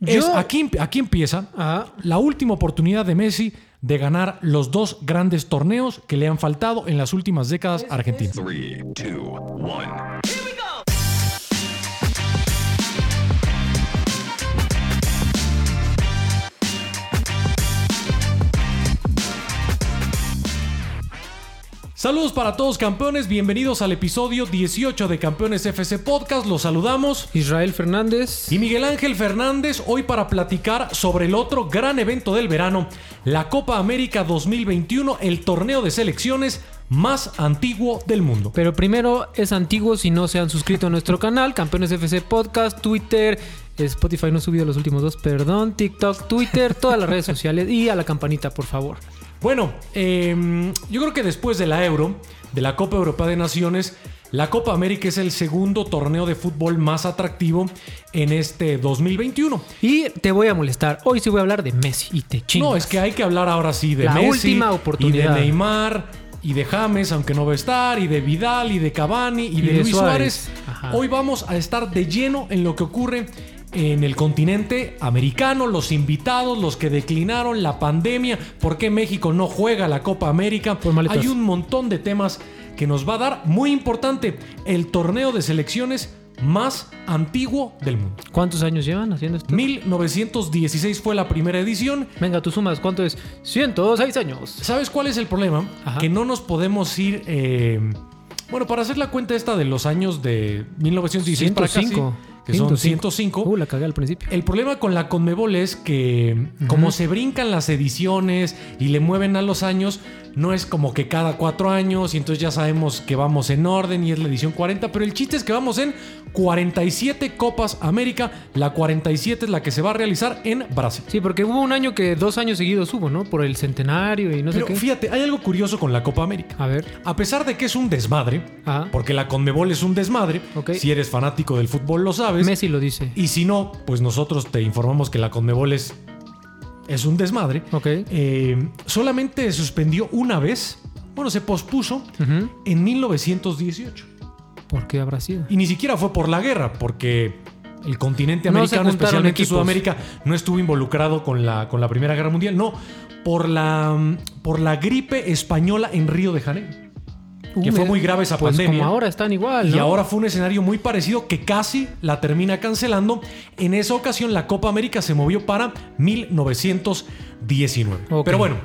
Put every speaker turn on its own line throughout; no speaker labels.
Es-
Yo- Ah.
aquí, em, aquí empieza
Ajá.
la última oportunidad de Messi de ganar los dos grandes torneos que le han faltado en las últimas décadas a Argentina.
Three, two, one.
Saludos para todos campeones, bienvenidos al episodio 18 de Campeones FC Podcast, los saludamos.
Israel Fernández.
Y Miguel Ángel Fernández hoy para platicar sobre el otro gran evento del verano, la Copa América 2021, el torneo de selecciones más antiguo del mundo.
Pero primero es antiguo si no se han suscrito a nuestro canal, Campeones FC Podcast, Twitter, Spotify no he subido los últimos dos, perdón, TikTok, Twitter, todas las redes sociales y a la campanita, por favor.
Bueno, eh, yo creo que después de la Euro, de la Copa Europea de Naciones, la Copa América es el segundo torneo de fútbol más atractivo en este 2021.
Y te voy a molestar. Hoy sí voy a hablar de Messi y te chingo.
No, es que hay que hablar ahora sí de
La
Messi
última
y
oportunidad.
de Neymar y de James, aunque no va a estar, y de Vidal y de Cavani y, de,
de
Luis Suárez.
Suárez. Ajá.
Hoy vamos a estar de lleno en lo que ocurre en el continente americano, los invitados, los que declinaron la pandemia, por qué México no juega la Copa América.
Por maletas.
Hay un montón de temas que nos va a dar muy importante el torneo de selecciones más antiguo del mundo.
¿Cuántos años llevan haciendo esto?
1916 fue la primera edición
Venga, tú sumas, ¿cuánto es? 106 años.
¿Sabes cuál es el problema?
Ajá.
Que no nos podemos ir. eh, bueno, para hacer la cuenta esta de los años de 1916 para acá, sí,
105.
que son 105.
Uh, la cagué al principio.
El problema con la Conmebol es que, como se brincan las ediciones y le mueven a los años, no es como que cada cuatro años y entonces ya sabemos que vamos en orden y es la edición 40, pero el chiste es que vamos en 47 Copas América. La 47 es la que se va a realizar en Brasil.
Sí, porque hubo un año que dos años seguidos hubo, ¿no? Por el centenario y no
Pero
sé qué.
fíjate, hay algo curioso con la Copa América.
A ver.
A pesar de que es un desmadre,
Ajá.
porque la Conmebol es un desmadre,
Ok.
si eres fanático del fútbol lo sabes,
Messi lo dice.
y si no, pues nosotros te informamos que la Conmebol es, es un desmadre.
Ok.
Eh, solamente se suspendió una vez, bueno, se pospuso
Ujú.
en 1918.
¿Por qué habrá sido?
Y ni siquiera fue por la guerra, porque el continente
No se
americano,
juntaron
especialmente
equipos.
Sudamérica, no estuvo involucrado con la, con la Primera Guerra Mundial, no, por la, por la gripe española en Río de Janeiro. Que
Uh,
fue
me-
muy grave esa
pues
pandemia.
Como ahora están igual.
Y
¿no?
ahora fue un escenario muy parecido que casi la termina cancelando. En esa ocasión la Copa América se movió para 1919.
Ok.
Pero bueno,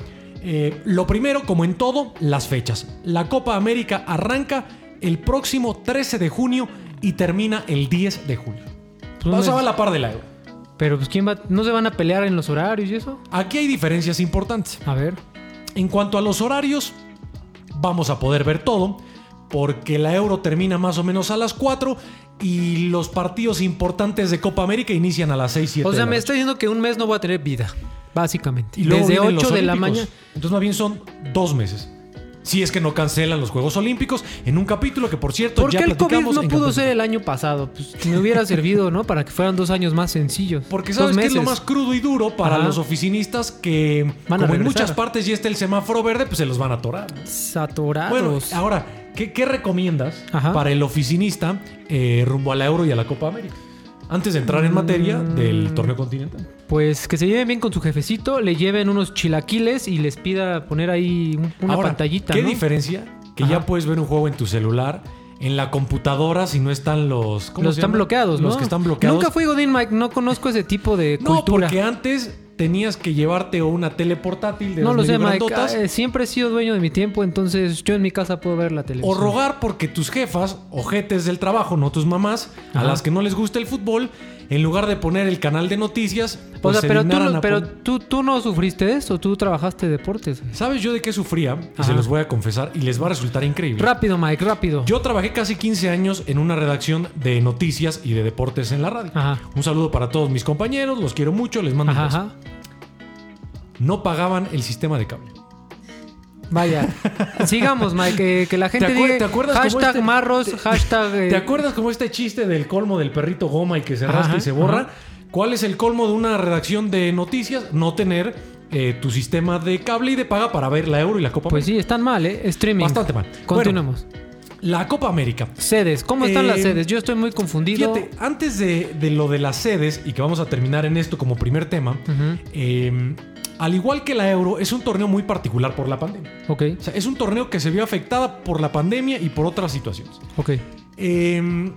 eh, lo primero, como en todo, las fechas. La Copa América arranca el próximo 13 de junio y termina el 10 de julio.
no
Pasaba
es-
la par de la Euro.
Pues, Pero pues quién va. ¿No se van a pelear en los horarios y eso?
Aquí hay diferencias importantes.
A ver.
En cuanto a los horarios, vamos a poder ver todo, porque la Euro termina más o menos a las 4 y los partidos importantes de Copa América inician a las 6, 7.
O
de
sea,
la
me
noche.
está diciendo que un mes no voy a tener vida. Básicamente.
Y luego
Desde
vienen los
8 de la
Olímpicos.
mañana.
Entonces, más bien son dos meses. Si es que no cancelan los Juegos Olímpicos en un capítulo que, por cierto,
¿Por
ya
qué el COVID
platicamos
no
en
pudo
Campeones.
ser el año pasado? Pues me hubiera servido, ¿no? Para que fueran dos años más sencillos.
Porque
Dos
sabes que es lo
meses.
más crudo y duro para
Ajá.
los oficinistas que,
Van a
como en
regresar.
muchas partes ya está el semáforo verde, pues se los van a atorar.
Saturados.
Bueno, ahora, ¿qué, qué recomiendas
Ah, Ajá.
para el oficinista eh, rumbo a la Euro y a la Copa América? Antes de entrar en
Mm.
materia del torneo continental.
Pues que se lleven bien con su jefecito, le lleven unos chilaquiles y les pida poner ahí un- una
Ahora,
pantallita.
¿Qué
¿no?
diferencia? Que
Ajá.
ya puedes ver un juego en tu celular, en la computadora, si no están los. ¿cómo
Los
se
están
llama?
bloqueados, ¿no?
Los que están bloqueados.
Nunca fui Godín Mike, no conozco ese tipo de
No,
cultura.
porque antes tenías que llevarte una tele portátil de
no
las
lo sé,
medio
Mike.
grandotas,
eh, siempre he sido dueño de mi tiempo, entonces yo en mi casa puedo ver la
O
televisión.
rogar porque tus jefas, ojetes del trabajo, no tus mamás, a
Ajá.
las que no les gusta el fútbol, en lugar de poner el canal de noticias,
o
pues
sea,
se
pero, tú,
dignaran
no-
a
pero
pon-
tú, tú no sufriste de eso, tú trabajaste deportes. güey.
¿Sabes yo de qué sufría? Y se
Ajá.
los voy a confesar y les va a resultar increíble.
Rápido, Mike, rápido.
Yo trabajé casi 15 años en una redacción de noticias y de deportes en la radio.
Ajá.
Un saludo para todos mis compañeros, los quiero mucho, les mando un
Ajá,
beso.
ajá.
No pagaban el sistema de cable.
Vaya. Sigamos, Mike, eh, que, que la gente
acuer-
diga
te acuerdas cómo
hashtag
este-
marros, hashtag... eh,
¿Te acuerdas como este chiste del colmo del perrito goma y que se
Ajá,
rasca y se borra?
ajá.
¿Cuál es el colmo de una redacción de noticias? No tener eh, tu sistema de cable y de paga para ver la Euro y la Copa
Pues
América.
sí, están mal, ¿eh? Streaming.
Bastante mal.
Continuemos.
La Copa América.
Sedes, ¿cómo están
Eh,
las sedes? Yo estoy muy confundido.
Fíjate, antes de, de lo de las sedes, y que vamos a terminar en esto como primer tema,
Ujú,
eh, al igual que la Euro, es un torneo muy particular por la pandemia.
Ok,
O sea, es un torneo que se vio afectada por la pandemia y por otras situaciones.
ok.
Eh,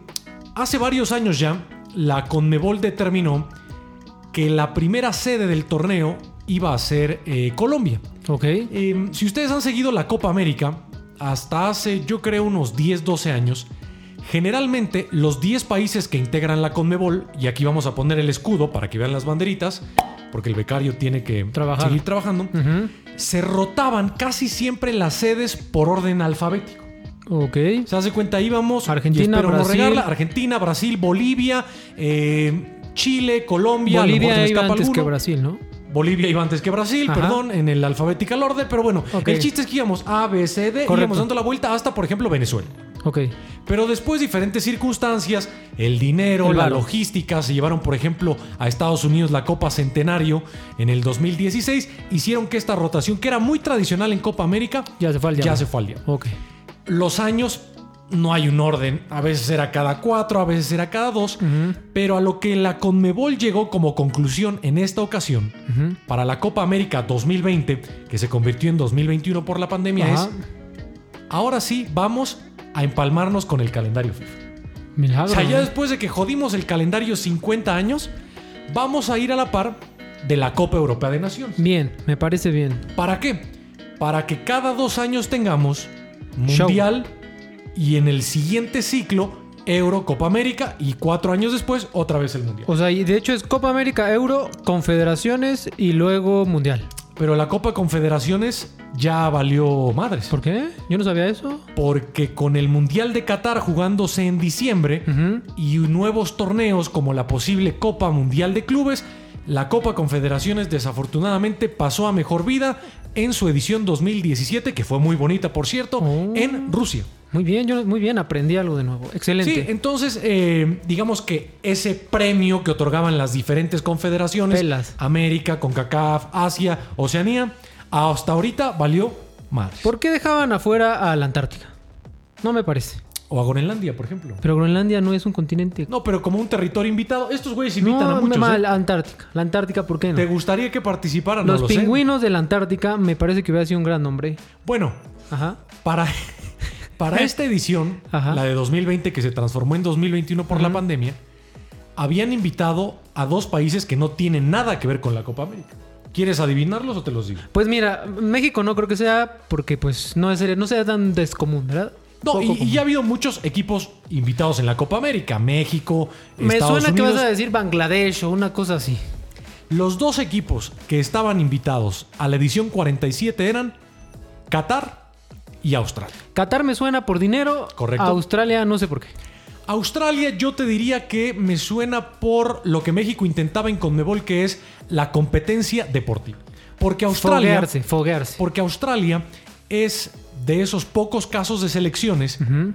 hace varios años ya, la Conmebol determinó que la primera sede del torneo iba a ser eh, Colombia.
Ok.
Eh, si ustedes han seguido la Copa América, hasta hace yo creo unos 10, 12 años, generalmente los 10 países que integran la Conmebol, y aquí vamos a poner el escudo para que vean las banderitas, porque el becario tiene que
Trabajar. Mm.
seguir trabajando,
Ujú,
se rotaban casi siempre las sedes por orden alfabético.
Ok.
Se hace cuenta, íbamos.
Argentina,
y espero no
Brasil.
regarla, Argentina, Brasil, Bolivia, eh, Chile, Colombia. a lo mejor se
Bolivia
me
iba
escapa
antes que
alguno.
Brasil, ¿no?
Bolivia iba antes que Brasil,
Ajá.
perdón, en el alfabetical orden, pero bueno,
Ok.
el chiste es que íbamos A, B, C, D,
Correcto.
íbamos dando la vuelta hasta, por ejemplo, Venezuela.
Ok.
Pero después diferentes circunstancias, el dinero,
El
la
varo.
logística, se llevaron, por ejemplo, a Estados Unidos la Copa Centenario en el 2016, hicieron que esta rotación, que era muy tradicional en Copa América,
Ya se fue al diablo.
ya se fue al diablo
Ok.
los años no hay un orden. A veces era cada cuatro, a veces era cada dos.
Ujú,
Pero a lo que la Conmebol llegó como conclusión en esta ocasión
ujú.
para la Copa América 2020, que se convirtió en 2021 por la pandemia,
Ajá.
es ahora sí vamos a empalmarnos con el calendario FIFA. O
Milagro.
sea, ya
¿no?
después de que jodimos el calendario 50 años, vamos a ir a la par de la Copa Europea de Naciones.
Bien, me parece bien.
¿Para qué? Para que cada dos años tengamos
Show.
Mundial y en el siguiente ciclo Euro, Copa América y cuatro años después otra vez el Mundial.
O sea, y de hecho es Copa América, Euro, Confederaciones y luego Mundial.
Pero la Copa Confederaciones ya valió madres.
¿Por qué? Yo no sabía eso.
Porque con el Mundial de Qatar jugándose en diciembre
Ujú.
y nuevos torneos como la posible Copa Mundial de Clubes, la Copa Confederaciones desafortunadamente pasó a mejor vida en su edición 2017, que fue muy bonita por cierto,
Oh.
en Rusia.
Muy bien, yo muy bien, aprendí algo de nuevo. Excelente.
Sí, entonces eh, digamos que ese premio que otorgaban las diferentes confederaciones,
Pelas.
América, CONCACAF, Asia, Oceanía, hasta ahorita valió madres.
¿Por qué dejaban afuera a la Antártica? No me parece.
O a Groenlandia, por ejemplo.
Pero Groenlandia no es un continente.
No, pero como un territorio invitado, estos güeyes
No,
invitan a muchos.
mal,
¿eh?
la Antártica. La Antártica, ¿por qué no?
¿Te gustaría que participaran? No
Los
lo sé.
pingüinos de la Antártica me parece que hubiera sido un gran nombre.
Bueno,
Ajá.
para, para esta edición,
Ajá.
la de 2020 que se transformó en 2021 por la
Ujú.
pandemia, habían invitado a dos países que no tienen nada que ver con la Copa América. ¿Quieres adivinarlos o te los digo?
Pues mira, México no creo que sea porque pues no es no sea tan descomún, ¿verdad?
No,
Poco
y, y
común.
ya ha habido muchos equipos invitados en la Copa América, México,
me
Estados
suena que
Unidos.
vas a decir Bangladesh o una cosa así.
Los dos equipos que estaban invitados a la edición 47 eran Qatar y Australia.
Qatar me suena por dinero,
Correcto.
Australia no sé por qué.
Australia yo te diría que me suena por lo que México intentaba en Conmebol, que es la competencia deportiva. Porque Australia,
Foguearse, foguearse.
porque Australia es de esos pocos casos de selecciones
Ujú.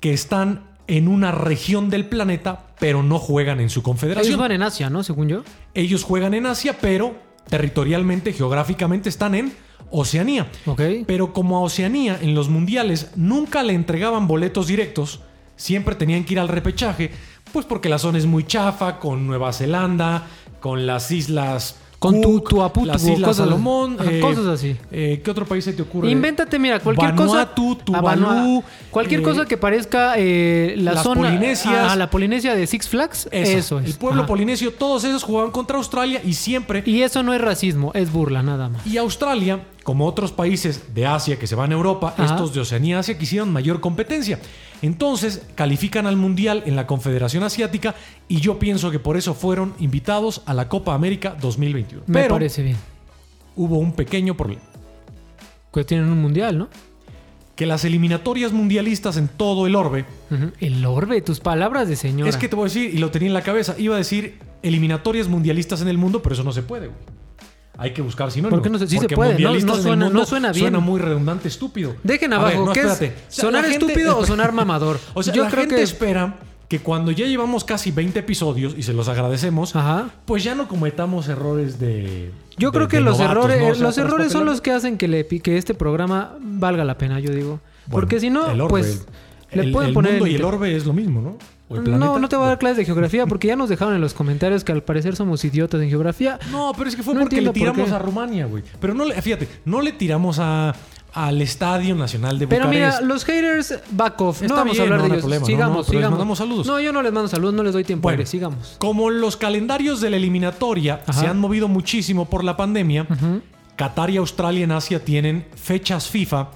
que están en una región del planeta, pero no juegan en su confederación.
Ellos van en Asia, ¿no? Según yo.
Ellos juegan en Asia, pero territorialmente, geográficamente están en Oceanía.
Ok.
Pero como a Oceanía en los mundiales nunca le entregaban boletos directos, siempre tenían que ir al repechaje, pues porque la zona es muy chafa con Nueva Zelanda, con las islas
Con tu,
Cook,
tu aputu,
las islas
cosas,
Salomón,
ajá,
eh,
cosas así.
eh, ¿Qué otro país se te ocurre?
Invéntate, mira, cualquier
Vanuatu,
cosa. Ah, Vanua-
Tuvalu,
cualquier
eh,
cosa que parezca eh, la
las
zona.
Polinesias.
Ah, la Polinesia de Six Flags.
Esa,
Eso es.
El pueblo
Ajá.
polinesio, todos esos jugaban contra Australia y siempre
Y eso no es racismo, es burla nada más.
Y Australia, como otros países de Asia que se van a Europa,
Ajá.
estos de Oceanía y Asia quisieron mayor competencia. Entonces califican al Mundial en la Confederación Asiática y yo pienso que por eso fueron invitados a la Copa América 2021.
Me
Pero
parece bien.
hubo un pequeño problema.
Que Pues tienen un mundial, ¿no?
Que las eliminatorias mundialistas en todo el orbe,
Ujú. El orbe, tus palabras de señora.
es que te voy a decir, y lo tenía en la cabeza, iba a decir eliminatorias mundialistas en el mundo, pero eso no se puede, güey. Hay que buscar sinónimos.
¿Por qué no se- sí se
Porque
puede, no- no
mundialistas en el
suena- no
mundo
suena bien.
Suena muy redundante, estúpido.
Dejen
A
abajo,
ver, no,
¿qué es?
espérate. O sea,
¿Sonar
la gente-
estúpido o sonar mamador?
O sea,
yo
la
creo
gente
que.
espera que cuando ya llevamos casi 20 episodios, y se los agradecemos,
Ajá.
pues ya no cometamos errores de.
Yo
de-
creo que
de
los
novatos,
errores,
¿no? O sea,
los errores son
traspapelando.
los que hacen que, le, que este programa valga la pena, yo digo.
Bueno,
Porque si
el
no,
orbe.
pues Le
el,
pueden
el
poner
mundo
en
y el
inter-
orbe es lo mismo, ¿no? ¿O el
No,
planeta?
no te voy a dar clases de geografía porque ya nos dejaron en los comentarios que al parecer somos idiotas en geografía.
No, pero es que fue
No
porque le
entiendo por
tiramos
qué.
a Rumania, güey. Pero no le, fíjate, no le tiramos a, al Estadio Nacional de
Pero
Bucarest.
mira, los haters, back off.
Está
no vamos
bien,
a hablar
no,
de
no hay
ellos.
problema, no,
sigamos,
no, pero les
sigamos.
mandamos saludos.
No, yo no les mando saludos, no les doy tiempo
Bueno.
aire. Sigamos.
Como los calendarios de la eliminatoria
Ajá.
se han movido muchísimo por la pandemia, Qatar y Australia en Asia tienen fechas FIFA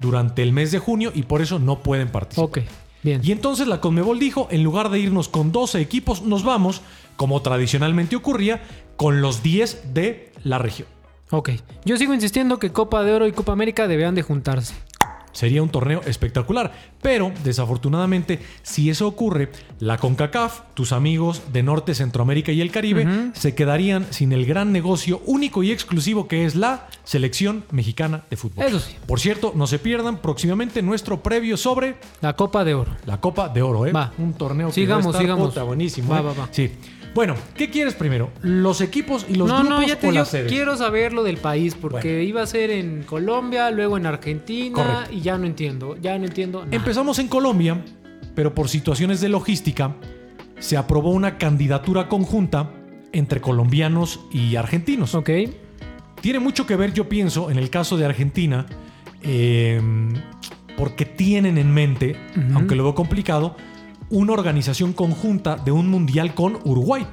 durante el mes de junio y por eso no pueden participar.
Ok, bien.
Y entonces la Conmebol dijo, en lugar de irnos con 12 equipos, nos vamos, como tradicionalmente ocurría, con los 10 de la región.
Ok. Yo sigo insistiendo que Copa de Oro y Copa América deberían de juntarse.
Sería un torneo espectacular, pero desafortunadamente si eso ocurre, la CONCACAF, tus amigos de Norte, Centroamérica y el Caribe, se quedarían sin el gran negocio único y exclusivo que es la selección mexicana de fútbol.
Eso sí.
Por cierto, no se pierdan próximamente nuestro previo sobre
La Copa de Oro.
la Copa de Oro, ¿eh?
Va.
Un torneo que
Sigamos,
va a estar,
sigamos.
puta, buenísimo.
Va,
¿eh?
va, va.
Sí. Bueno, ¿qué quieres primero? ¿Los equipos y los
no,
grupos
no, ya te
o
digo,
las sedes?
quiero saber lo del país porque
Bueno.
iba a ser en Colombia, luego en Argentina
Correcto.
y ya no entiendo, ya no entiendo nada.
Empezamos en Colombia, pero por situaciones de logística se aprobó una candidatura conjunta entre colombianos y argentinos.
Ok,
Tiene mucho que ver, yo pienso, en el caso de Argentina, eh, porque tienen en mente,
Ujú.
aunque lo veo complicado, una organización conjunta de un mundial con Uruguay.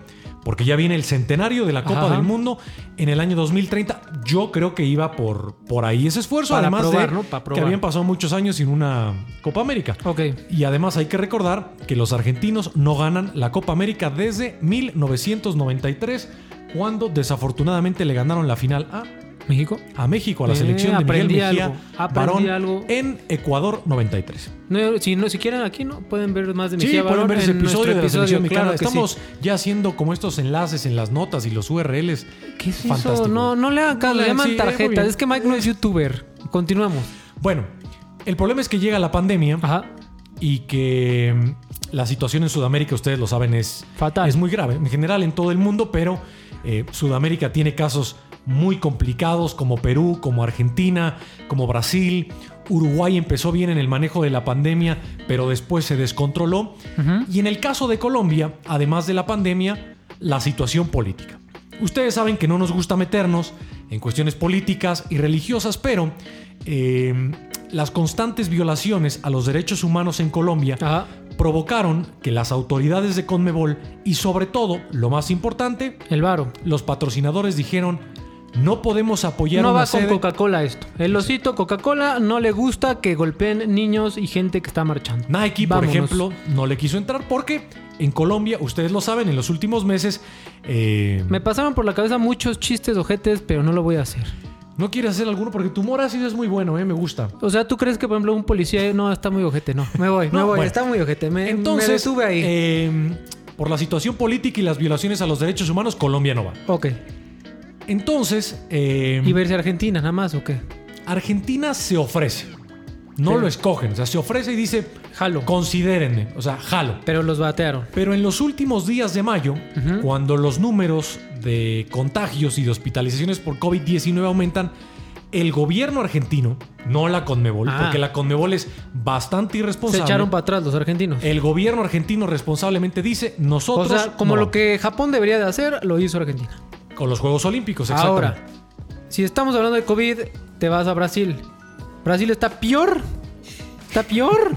Porque ya viene el centenario de la Copa
Ajá.
del Mundo en el año 2030. Yo creo que iba por, por ahí ese esfuerzo,
Para
además
probar,
de
¿no? Para
que
probar.
habían pasado muchos años sin una Copa América.
ok.
Y además hay que recordar que los argentinos no ganan la Copa América desde 1993, cuando desafortunadamente le ganaron la final a,
¿México?
a México, a la
Eh,
selección de Miguel
aprendí
Mejía
algo, aprendí
Barón
algo.
en Ecuador 93.
No, si, no, si quieren aquí, ¿no? Pueden ver más de
Sí,
Mejía
pueden
Barón
ver ese
en nuestro
episodio de la selección
episodio,
mexicana.
claro que sí.
Estamos ya haciendo como estos enlaces en las notas y los URLs.
¿Qué es
Fantástico.
eso? No, no le hagan caso,
No le-
le llaman
sí, eh, muy
tarjetas.
bien.
Es que Mike no es youtuber. Continuamos.
Bueno, el problema es que llega la pandemia.
Ajá.
y que mm, la situación en Sudamérica, ustedes lo saben, es
Fatal.
Es muy grave, en general en todo el mundo, pero eh, Sudamérica tiene casos muy complicados como Perú, como Argentina, como Brasil. Uruguay empezó bien en el manejo de la pandemia, pero después se descontroló. Y en el caso de Colombia, además de la pandemia, la situación política. Ustedes saben que no nos gusta meternos en cuestiones políticas y religiosas, pero eh, las constantes violaciones a los derechos humanos en Colombia
Ajá.
provocaron que las autoridades de Conmebol y sobre todo, lo más importante,
El varo.
los patrocinadores dijeron no podemos apoyar
No
una
va con
sede".
Coca-Cola esto. El osito Coca-Cola no le gusta que golpeen niños y gente que está marchando.
Nike, por
Vámonos.
ejemplo, no le quiso entrar porque en Colombia, ustedes lo saben, en los últimos meses eh,
Me pasaron por la cabeza muchos chistes ojetes, pero no lo voy a hacer.
no quieres hacer alguno porque tu humor ácido es muy bueno, eh, me gusta.
O sea, ¿tú crees que, por ejemplo, un policía no está muy ojete? No, me voy, me
No,
voy,
bueno.
está muy ojete. Eh, Me, Entonces, me
Entonces,
detuve ahí.
eh, por la situación política y las violaciones a los derechos humanos, Colombia no va.
ok.
Entonces, eh,
¿Y verse Argentina nada más o qué?
Argentina se ofrece. No
Pero-
lo escogen. O sea, se ofrece y dice,
Jalo.
considérenme. O sea, jalo.
Pero los batearon.
Pero en los últimos días de mayo,
Ujú.
cuando los números de contagios y de hospitalizaciones por COVID-19 aumentan, el gobierno argentino, no la Conmebol,
Ah.
porque la Conmebol es bastante
Se
irresponsable.
echaron para atrás los argentinos.
el gobierno argentino responsablemente dice,
o
nosotros...
sea, como
no
lo
vamos".
que Japón debería de hacer, lo hizo Argentina.
Con los Juegos Olímpicos, Pues exactamente.
Ahora, si estamos hablando de COVID, te vas a Brasil. Brasil está peor. Está peor.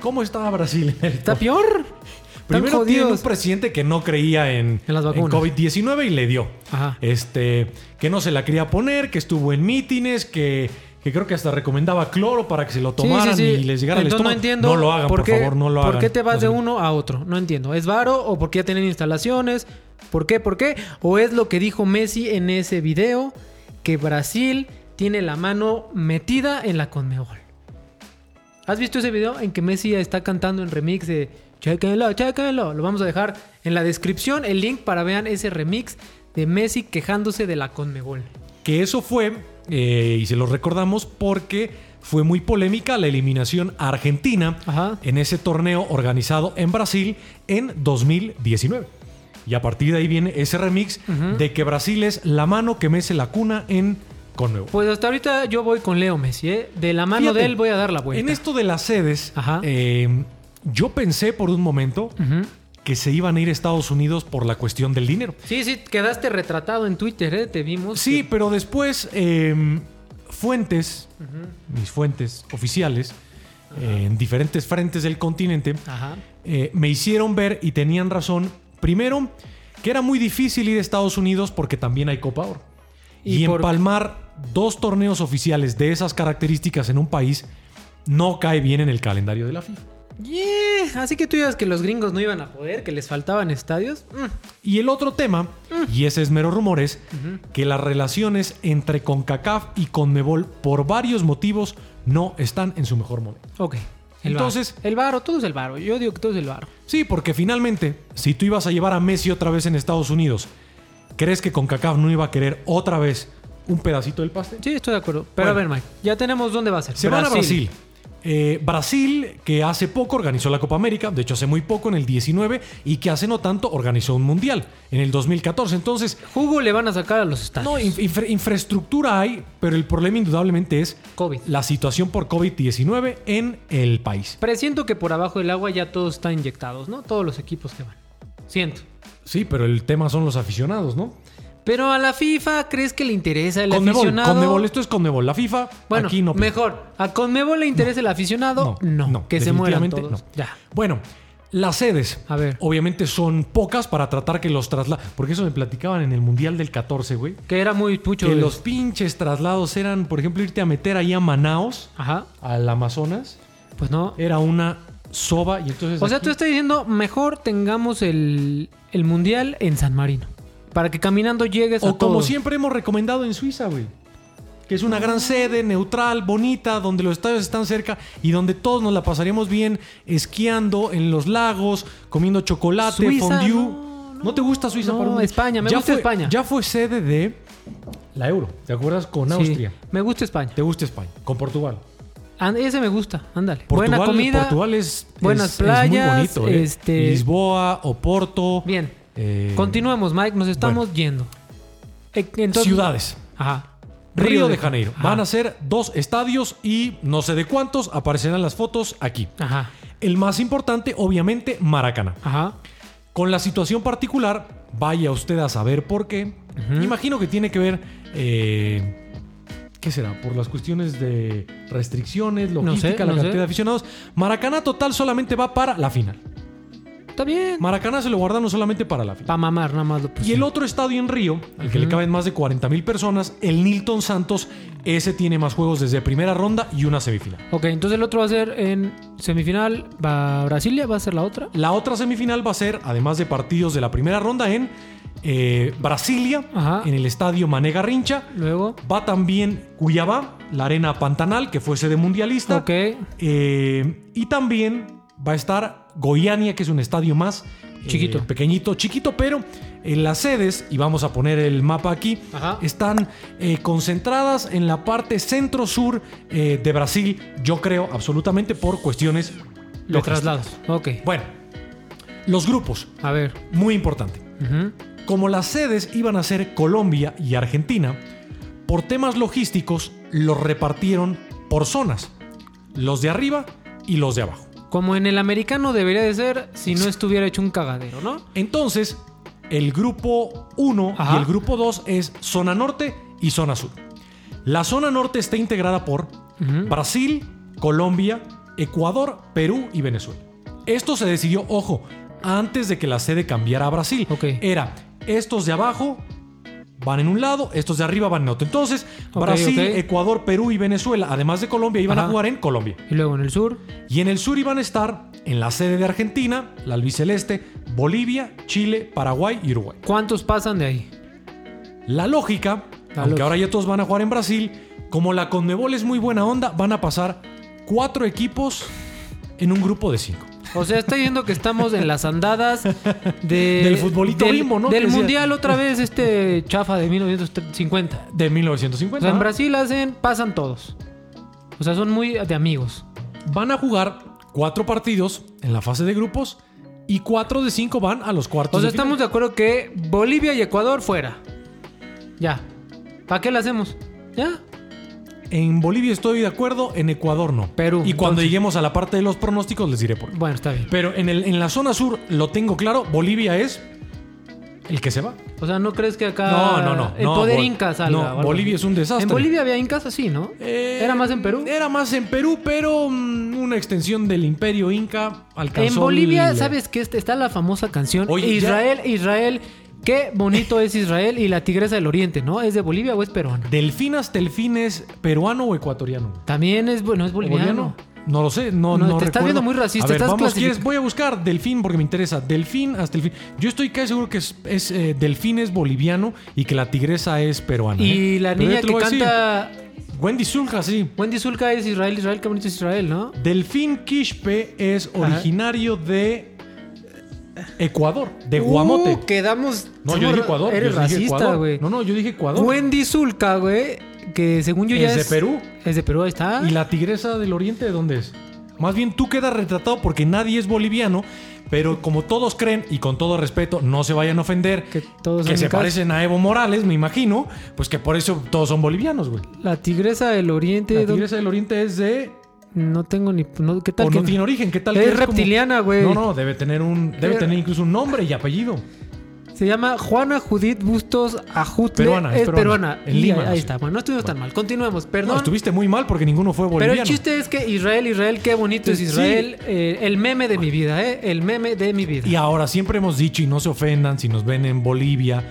¿Cómo estaba Brasil? en el
Está peor. Están
Primero tiene un
jodidos.
presidente que no creía en,
En las vacunas.
COVID-19 y le dio.
Ajá.
Este, que no se la quería poner, que estuvo en mítines, que, que creo que hasta recomendaba cloro para que se lo
Sí, sí,
tomaran
sí.
y les llegara
Entonces,
al estómago.
No entiendo.
lo hagan, por,
qué-
favor, no lo
¿Por
hagan.
qué te vas
No
de
sé.
uno a otro? No entiendo. ¿Es varo o porque ya tienen instalaciones? ¿Por qué? ¿Por qué? ¿O es lo que dijo Messi en ese video? Que Brasil tiene la mano metida en la Conmebol. ¿Has visto ese video en que Messi está cantando en remix de Chéquenlo, chéquenlo? Lo vamos a dejar en la descripción el link para vean ese remix de Messi quejándose de la Conmebol.
Que eso fue, eh, y se lo recordamos, porque fue muy polémica la eliminación a argentina
Ajá.
en ese torneo organizado en Brasil en 2019. Y a partir de ahí viene ese remix
Ujú.
de que Brasil es la mano que mece la cuna en con nuevo.
Pues hasta ahorita yo voy con Leo Messi, ¿eh? De la mano
Fíjate,
de él voy a dar la vuelta.
En este- esto de las sedes,
Ajá.
eh, yo pensé por un momento
Ujú.
que se iban a ir a Estados Unidos por la cuestión del dinero.
Sí, sí, quedaste retratado en Twitter, ¿eh? Te vimos.
Sí, pero después eh, fuentes, mis fuentes oficiales, eh, en diferentes frentes del continente,
Ajá.
eh, me hicieron ver y tenían razón. Primero, que era muy difícil ir a Estados Unidos porque también hay Copa Oro.
Y
Y,
por-
empalmar dos torneos oficiales de esas características en un país no cae bien en el calendario de la FIFA.
Yeah. Así que tú digas que los gringos no iban a poder, que les faltaban estadios. Mm.
Y el otro tema, y ese es mero rumores, que las relaciones entre CONCACAF y CONMEBOL por varios motivos no están en su mejor momento.
Ok. El
Entonces-
varo. El varo, todo es el varo. Yo digo que todo es el varo.
Sí, porque finalmente, si tú ibas a llevar a Messi otra vez en Estados Unidos, ¿crees que CONCACAF no iba a querer otra vez un pedacito del pastel?
Sí, estoy de acuerdo. Pero
Bueno.
a ver, Mike, ya tenemos dónde va a ser.
Se van a Brasil. Eh, Brasil, que hace poco organizó la Copa América, de hecho hace muy poco, en el 19, y que hace no tanto organizó un Mundial, en el 2014. Entonces,
Jugo le van a sacar a los estadios.
No, inf- infra- infraestructura hay, pero el problema indudablemente es
COVID.
la situación por COVID-19 en el país.
Presiento que por abajo del agua ya todos están inyectados, ¿no? Todos los equipos que van. Siento.
Sí, pero el tema son los aficionados, ¿no?
Pero a la FIFA, ¿crees que le interesa el
Conmebol,
aficionado?
Conmebol, esto es Conmebol. La FIFA,
Bueno,
aquí no.
mejor. ¿A Conmebol le interesa el aficionado? No. que se mueran
definitivamente no.
todos. Ya.
Bueno, las sedes,
A ver.
obviamente son pocas para tratar que los traslados. Porque eso me platicaban en el Mundial del 14, güey.
Que era muy mucho.
Que
de-
los pinches traslados eran, por ejemplo, irte a meter ahí a Manaos,
Ajá.
al Amazonas.
Pues no.
Era una soba y entonces. Eh,
O sea,
pues aquí-
tú estás diciendo, mejor tengamos el, el mundial en San Marino. Para que caminando llegues a
O como
todo.
siempre hemos recomendado en Suiza, güey. Que es una gran sede, neutral, bonita, donde los estadios están cerca y donde todos nos la pasaríamos bien esquiando en los lagos, comiendo chocolate,
Suiza,
fondue.
no,
No,
no.
te gusta Suiza?
No,
un-
España, me gusta
fue,
España.
Ya fue sede de la Euro, ¿te acuerdas? Con
Sí,
Austria.
Me gusta España.
¿Te gusta España? Con Portugal.
And- ese me gusta, ándale.
Portugal,
Buena comida.
Portugal es,
buenas
es- es
playas,
muy bonito, ¿eh?
este-
Lisboa, Oporto.
Bien.
eh,
Continuamos, Mike. Nos estamos yendo. E- entonces-
Ciudades.
Ajá.
Río de Janeiro.
Ajá.
Van a ser dos estadios y no sé de cuántos aparecerán las fotos aquí.
Ajá.
El más importante, obviamente, Maracaná.
Ajá.
Con la situación particular, vaya usted a saber por qué. Imagino que tiene que ver. eh, ¿Qué será? Por las cuestiones de restricciones, logística, la
no
cantidad
sé.
de aficionados. Maracaná total solamente va para la final.
Está bien.
Maracaná se lo guardaron solamente para la final.
Para mamar, nada más lo puse.
Y el otro estadio en Río, al que le caben más de 40 mil personas, el Nilton Santos, ese tiene más juegos desde primera ronda y una semifinal.
Ok, entonces el otro va a ser en semifinal. Va Brasilia, va a ser la otra.
La otra semifinal va a ser, además de partidos de la primera ronda, en eh, Brasilia,
Ajá.
en el estadio Mané Garrincha.
Luego.
Va también Cuyabá, la arena Pantanal, que fue sede mundialista.
Ok.
Eh, y también va a estar Goiania, que es un estadio más. eh,
Chiquito.
pequeñito, chiquito, pero en las sedes, y vamos a poner el mapa aquí,
Ajá.
están eh, concentradas en la parte centro-sur eh, de Brasil, yo creo, absolutamente por cuestiones
Los
logísticas.
traslados. Ok.
Bueno, los grupos,
A ver.
muy importante.
Ujú.
Como las sedes iban a ser Colombia y Argentina, por temas logísticos los repartieron por zonas, los de arriba y los de abajo.
Como en el americano debería de ser si no estuviera hecho un cagadero, ¿no?
Entonces, el grupo 1
Ajá.
y el grupo 2 es zona norte y zona sur. La zona norte está integrada por Brasil, Colombia, Ecuador, Perú y Venezuela. Esto se decidió, ojo, antes de que la sede cambiara a Brasil.
Ok.
Era estos de abajo van en un lado, estos de arriba van en otro. Entonces,
Ok,
Brasil,
ok.
Ecuador, Perú y Venezuela, además de Colombia, iban a
Ajá.
jugar en Colombia.
Y luego en el sur.
Y en el sur iban a estar en la sede de Argentina, la albiceleste, Bolivia, Chile, Paraguay y Uruguay.
¿Cuántos pasan de ahí?
La lógica,
La
aunque
lógica.
ahora ya todos van a jugar en Brasil, como la Conmebol es muy buena onda, van a pasar cuatro equipos en un grupo de cinco.
O sea, está diciendo que estamos en las andadas de-
Del futbolito
del,
bimbo, ¿no?
Del
Que decía-
mundial otra vez, este chafa de 1950.
De
O
1950.
sea, en
¿ah?
Brasil hacen, pasan todos. O sea, son muy de amigos.
Van a jugar cuatro partidos en la fase de grupos y cuatro de cinco van a los cuartos.
O sea,
de final.
estamos de acuerdo que Bolivia y Ecuador fuera. Ya. ¿Para qué la hacemos? Ya.
En Bolivia estoy de acuerdo, en Ecuador no.
Perú,
Y cuando
entonces.
lleguemos a la parte de los pronósticos les diré por qué.
Bueno, está bien.
Pero en, el, en la zona sur lo tengo claro, Bolivia es el que se va.
O sea, ¿no crees que acá.
No, no, no,
El
no,
poder
Bol-
inca salga?
no,
o algo
Bolivia
así?
es un desastre.
En Bolivia había incas así, ¿no?
Eh,
Era más en Perú.
Era más en Perú, pero mm, una extensión del imperio inca alcanzó...
En Bolivia,
el-
¿sabes qué? Este- Está la famosa canción
Oye, ya-
Israel, Israel, qué bonito es Israel y la tigresa del oriente, ¿no? ¿Es de Bolivia o es peruana?
Delfinas, delfines, peruano o ecuatoriano.
También es, bueno, es boliviano.
boliviano? No lo sé, no,
No,
no,
te estás
recuerdo.
viendo muy racista,
A ver,
estás
vamos, ¿quieres?
clasific-
Voy a buscar delfín porque me interesa. Delfín hasta el fin. Yo estoy casi seguro que es, es, eh, delfín es boliviano y que la tigresa es peruana.
Y
¿eh?
la
Pero yo
niña
te lo
que
voy a decir.
canta
Wendy Zulka, sí.
Wendy Zulka es Israel, Israel, qué bonito es Israel, ¿no?
Delfín Quispe es
Ajá.
originario de Ecuador, de
Uh,
Guamote.
quedamos.
no, yo
somos
dije
ra-
Ecuador.
Eres
yo dije
racista,
Ecuador.
güey.
No, no, yo dije Ecuador.
Wendy Zulka, güey, que según yo ya
Es
es. Ah.
de Perú.
Es de Perú, ahí está.
¿Y la tigresa del oriente de dónde es? Más bien tú quedas retratado porque nadie es boliviano, pero como todos creen, y con todo respeto, no se vayan a ofender,
Que
que,
todos son
se
incas.
parecen a Evo Morales, me imagino, pues que por eso todos son bolivianos, güey.
La tigresa del oriente.
La
¿dó-
tigresa del oriente es de...
No tengo ni. no, ¿Qué tal?
o
que
no tiene origen, ¿qué tal?
Es
que como-
reptiliana, güey.
No, no, debe tener un... Debe
Eh.
tener incluso un nombre y apellido.
Se llama Juana Judith Bustos Ajutle.
Peruana,
es,
es
peruana.
peruana. En
Y
Lima,
ahí,
no
ahí
sé.
está. Bueno, no estuvimos tan mal. Continuemos,
No,
perdón.
estuviste muy mal porque ninguno fue
pero
boliviano.
el chiste es que Israel, Israel, qué bonito es
Sí.
Israel. Eh, el meme de mi vida, ¿eh? El meme de mi vida.
Y ahora, siempre hemos dicho, y no se ofendan si nos ven en Bolivia,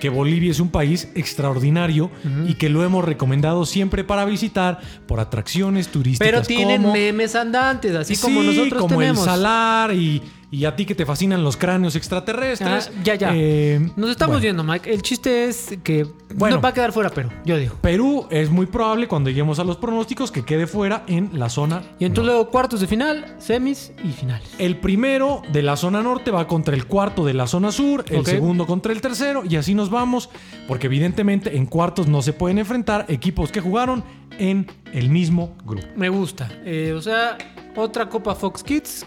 que Bolivia es un país extraordinario y que lo hemos recomendado siempre para visitar por atracciones turísticas.
Pero tienen
como,
memes andantes, así como
Sí,
nosotros
como
tenemos.
el salar y, y a ti que te fascinan los cráneos extraterrestres.
Ah, ya, ya.
Eh,
Nos estamos
bueno,
viendo, Mike. El chiste es que
Bueno.
no va a quedar fuera, pero yo digo.
Perú es muy probable cuando lleguemos a los pronósticos que quede fuera en la zona.
Y entonces luego cuartos de final, semis y finales.
El primero de la zona norte va contra el cuarto de la zona sur, el
Ok.
segundo contra el tercero y así nos vamos, porque evidentemente en cuartos no se pueden enfrentar equipos que jugaron en el mismo grupo.
Me gusta. Eh, o sea, otra Copa Fox Kids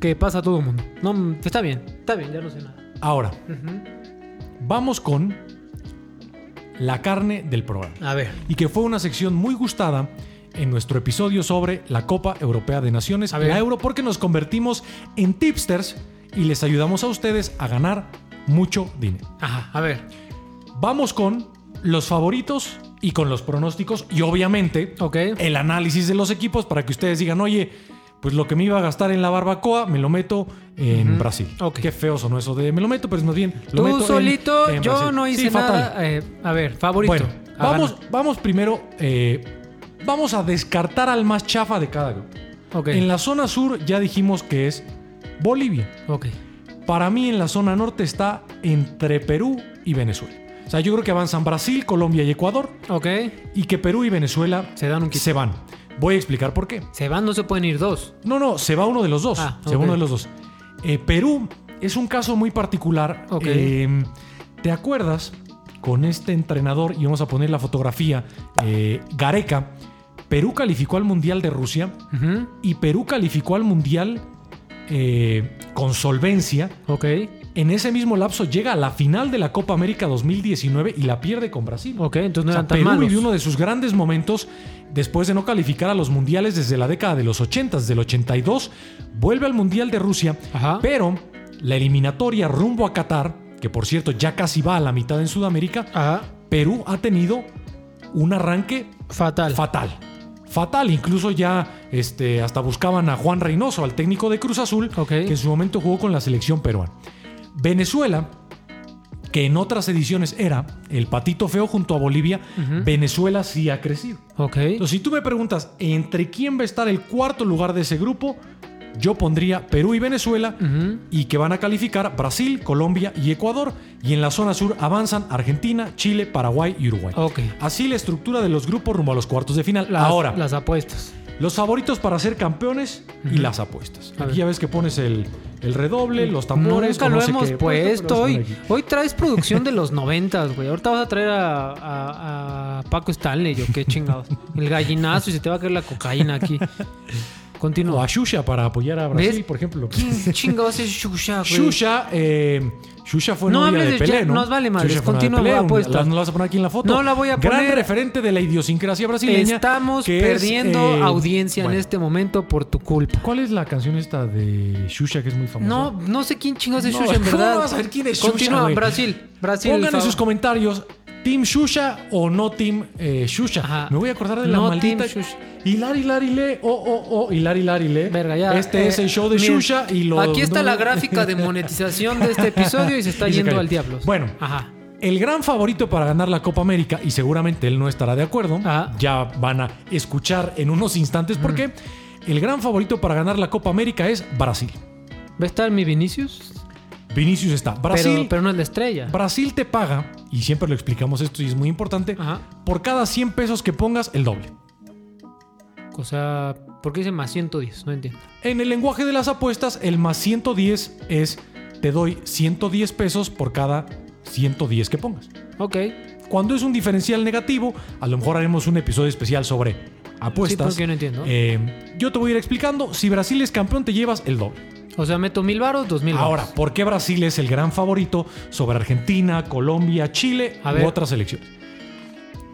que pasa a todo el mundo. No, mm, está bien, está bien, ya no sé nada.
Ahora,
Ujú.
vamos con la carne del programa.
A ver.
Y que fue una sección muy gustada en nuestro episodio sobre la Copa Europea de Naciones,
A ver.
la Euro, porque nos convertimos en tipsters y les ayudamos a ustedes a ganar mucho dinero.
Ajá, a ver.
Vamos con los favoritos y con los pronósticos y obviamente
Ok.
el análisis de los equipos para que ustedes digan, oye, pues lo que me iba a gastar en la barbacoa me lo meto en Brasil.
Ok.
Qué feo sonó eso de me lo meto, pero es más bien lo meto
Tú
en-
solito,
en
yo
Brasil".
no
Sí,
hice
fatal.
nada. Eh, a ver, favorito. Ah,
Bueno,
A
vamos,
ganar.
vamos primero, eh, vamos a descartar al más chafa de cada grupo.
Ok.
En la zona sur ya dijimos que es Bolivia.
Ok.
Para mí en la zona norte está entre Perú y Venezuela. O sea, yo creo que avanzan Brasil, Colombia y Ecuador
Ok.
y que Perú y Venezuela
Se dan un quito.
se van. Voy a explicar por qué.
Se van, no se pueden ir dos.
No, no, se va uno de los dos.
Ah,
se va
ok.
uno de los dos. Eh, Perú es un caso muy particular.
Ok.
Eh, ¿Te acuerdas con este entrenador? Y vamos a poner la fotografía.
Ah.
eh, Gareca. Perú calificó al Mundial de Rusia
Ujú.
y Perú calificó al Mundial eh, con solvencia.
Ok.
En ese mismo lapso llega a la final de la Copa América 2019 y la pierde con Brasil.
Ok, entonces no
O sea,
eran tan
Perú
malos.
vivió uno de sus grandes momentos después de no calificar a los mundiales desde la década de los 80, del 82. Vuelve al Mundial de Rusia,
Ajá.
pero la eliminatoria rumbo a Qatar, que por cierto ya casi va a la mitad en Sudamérica,
Ajá.
Perú ha tenido un arranque
Fatal.
fatal. Fatal, incluso ya este, hasta buscaban a Juan Reynoso, al técnico de Cruz Azul,
Ok.
que en su momento jugó con la selección peruana. Venezuela, que en otras ediciones era el patito feo junto a Bolivia,
Ujú.
Venezuela sí ha crecido.
ok.
Entonces, si tú me preguntas entre quién va a estar el cuarto lugar de ese grupo, yo pondría Perú y Venezuela
Ujú.
y que van a calificar Brasil, Colombia y Ecuador. Y en la zona sur avanzan Argentina, Chile, Paraguay y Uruguay.
Ok.
Así la estructura de los grupos rumbo a los cuartos de final.
Las-
Ahora,
Las apuestas.
los favoritos para ser campeones y las apuestas.
A
Aquí
ver.
ya ves que pones el, el redoble, los tambores.
Nunca
o no
lo
sé pues,
hemos
qué
puesto
pero es
hoy.
por aquí.
pues, Hoy traes producción de los noventas, güey. Ahorita vas a traer a, a- a Paco Stanley, yo qué chingados. El gallinazo y se te va a caer la cocaína aquí.
O
Continúa.
a Xuxa para apoyar a Brasil,
¿Ves?
por ejemplo.
¿Quién chingados es Xuxa, güey?
Xuxa, eh, Xuxa fue
No
novia
hables
de
de-
Pelé,
ya,
¿no?
nos vale madres,
Xuxa fue novia de
continúa,
Pelé, un-
apuesto.
la- no la vas a poner aquí en la foto.
No la voy a
Gran
poner.
referente de la idiosincrasia brasileña.
Estamos
que es,
perdiendo
eh,
audiencia
bueno.
en este momento por tu culpa.
¿Cuál es la canción esta de Xuxa que es muy famosa?
No, no sé quién chingados es
No,
Xuxa, en
¿cómo
verdad.
no vas a saber quién es Xuxa,
Continúa,
güey?
Brasil. Brasil.
Pongan en
favor.
sus comentarios, ¿Team Xuxa o no Team eh, Xuxa?
Ajá.
Me voy a acordar de la
No
maldita.
team Xuxa.
Hilari, Larile, oh, oh, oh, Hilari, Larile.
Verga, ya.
Este
eh,
es el show de
miren,
Xuxa y lo.
Aquí está
no-
la gráfica de monetización de este episodio y se está
Y se
yendo
cayó.
al diablo.
Bueno.
Ajá.
El gran favorito para ganar la Copa América, y seguramente él no estará de acuerdo,
Ajá.
ya van a escuchar en unos instantes
Mm.
porque el gran favorito para ganar la Copa América es Brasil.
¿Va a estar mi Vinicius?
Vinicius está. Brasil,
Pero, pero no es la estrella.
Brasil te paga, y siempre lo explicamos esto y es muy importante,
Ajá.
por cada 100 pesos que pongas el doble.
O sea, ¿por qué dice más 110? No entiendo.
En el lenguaje de las apuestas, el más 110 es te doy 110 pesos por cada 110 que pongas.
Ok.
Cuando es un diferencial negativo, a lo mejor haremos un episodio especial sobre apuestas.
Sí, porque no entiendo.
Eh, yo te voy a ir explicando. Si Brasil es campeón, te llevas el doble.
O sea, meto mil varos, dos mil varos.
Ahora, ¿por qué Brasil es el gran favorito sobre Argentina, Colombia, Chile
A
u
ver.
otras selecciones?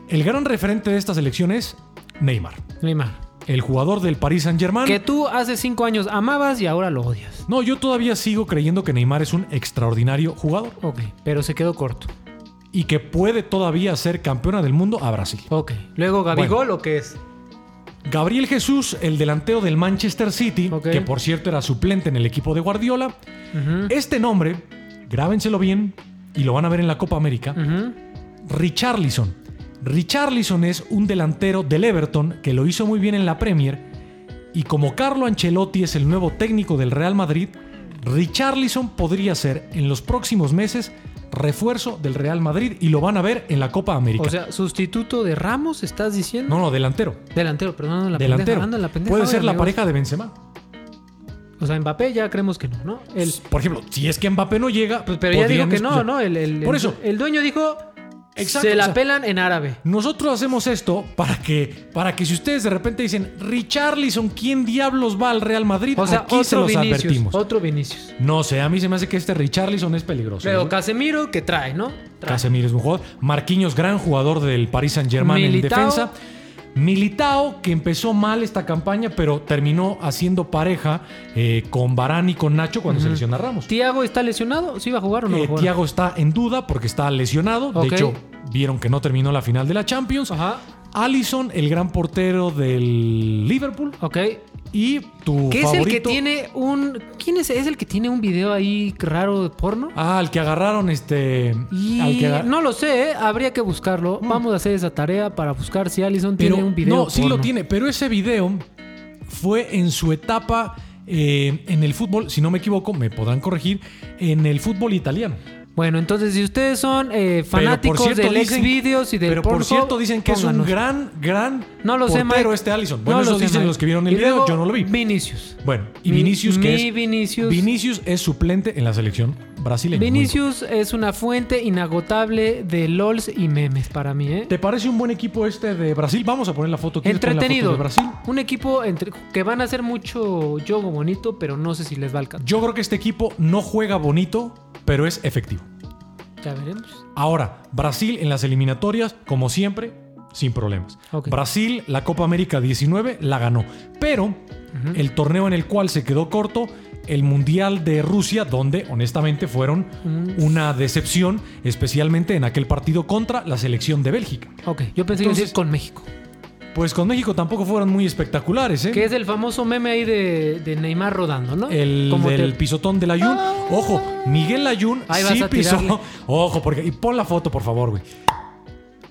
El gran referente de estas elecciones es Neymar,
Neymar.
el jugador del Paris Saint-Germain.
Que tú hace cinco años amabas y ahora lo odias.
No, yo todavía sigo creyendo que Neymar es un extraordinario jugador
Ok. Pero se quedó corto.
y que puede todavía ser campeona del mundo a Brasil.
Ok. Luego Gabigol
Bueno.
o qué es?
Gabriel Jesús, el delantero del Manchester City,
Ok.
que por cierto era suplente en el equipo de Guardiola.
Ujú,
Este nombre, grábenselo bien y lo van a ver en la Copa América.
ujú.
Richarlison. Richarlison es un delantero del Everton que lo hizo muy bien en la Premier. Y como Carlo Ancelotti es el nuevo técnico del Real Madrid, Richarlison podría ser en los próximos meses refuerzo del Real Madrid y lo van a ver en la Copa América.
O sea, sustituto de Ramos, ¿estás diciendo?
no, no, delantero.
Delantero, perdón, ando en la
delantero.
pendeja, ando en la pendeja
Puede
hoy,
ser la
amigos.
pareja de Benzema.
O sea, Mbappé ya creemos que no, ¿no? El,
Por ejemplo, si es que Mbappé no llega,
pues, pero ya dijo
podrían
que no,
escuchar-
¿no? El, el-
Por
el-
eso.
El dueño dijo.
Exacto,
se
o
la
sea-
pelan en árabe.
Nosotros hacemos esto para que, para que si ustedes de repente dicen, Richarlison, ¿quién diablos va al Real Madrid?
O sea,
Aquí se
otro
los
Vinicius.
advertimos.
Otro Vinicius.
No sé, a mí se me hace que este Richarlison es peligroso.
Pero
¿eh?
Casemiro que trae, ¿no? Trae.
Casemiro es un jugador. Marquinhos, gran jugador del Paris Saint-Germain en
Militao.
defensa. Militao, que empezó mal esta campaña, pero terminó haciendo pareja eh, con Barán y con Nacho cuando se lesiona Ramos.
¿Tiago está lesionado? ¿Sí va a jugar o no va a
Eh,
jugar?
Thiago está en duda porque está lesionado.
Ok.
De hecho, vieron que no terminó la final de la Champions.
Ajá.
Allison, el gran portero del Liverpool.
Ok.
Y tu
¿Qué es el que
favorito-
tiene un. ¿Quién es? ¿Es el que tiene un video ahí raro de porno?
Ah, al que agarraron este.
Y
al que agar-
no lo sé, ¿eh? habría que buscarlo. Vamos a hacer esa tarea para buscar si Allison
pero,
tiene un video.
No, sí lo
porno.
tiene, pero ese video fue en su etapa eh, en el fútbol, si no me equivoco, me podrán corregir, en el fútbol italiano.
Bueno, entonces si ustedes son eh, fanáticos
pero por cierto,
del
dicen-
Xvideos y del
Pero por
Pornhub,
cierto, dicen que es
pónganos.
un gran, gran
No lo sé,
portero
Mike.
este Allison. Bueno, eso
lo sé,
dicen
Mike.
los que vieron el
Y
video,
luego,
yo no lo vi.
Vinicius.
Bueno, y
Mi-
Vinicius, que
mi
es.
Vinicius.
Vinicius es suplente en la selección brasileña. Muy
Vinicius es una fuente inagotable de LOLs y memes para mí, ¿eh?
¿Te parece un buen equipo este de Brasil? Vamos a poner la foto. ¿Quieres poner la foto
Entretenido.
de Brasil.
Un equipo entre- que van a hacer mucho yogo bonito, pero no sé si les va a alcanzar.
Yo creo que este equipo no juega bonito, pero es efectivo.
Ya veremos.
Ahora, Brasil en las eliminatorias, como siempre, sin problemas.
Ok.
Brasil, la Copa América 19, la ganó. Pero el torneo en el cual se quedó corto, el Mundial de Rusia, donde honestamente fueron una decepción, especialmente en aquel partido contra la selección de Bélgica.
Ok, yo pensé que iba a
Entonces-
decir con México.
Pues con México tampoco fueron muy espectaculares, ¿eh?
Que es el famoso meme ahí de, de Neymar rodando, ¿no?
El
Como
del
te- Ah.
pisotón del Ayun. Ojo, Miguel Ayun
Ahí
sí
vas a tirarle.
pisó. Ojo, porque. Y pon la foto, por favor, güey.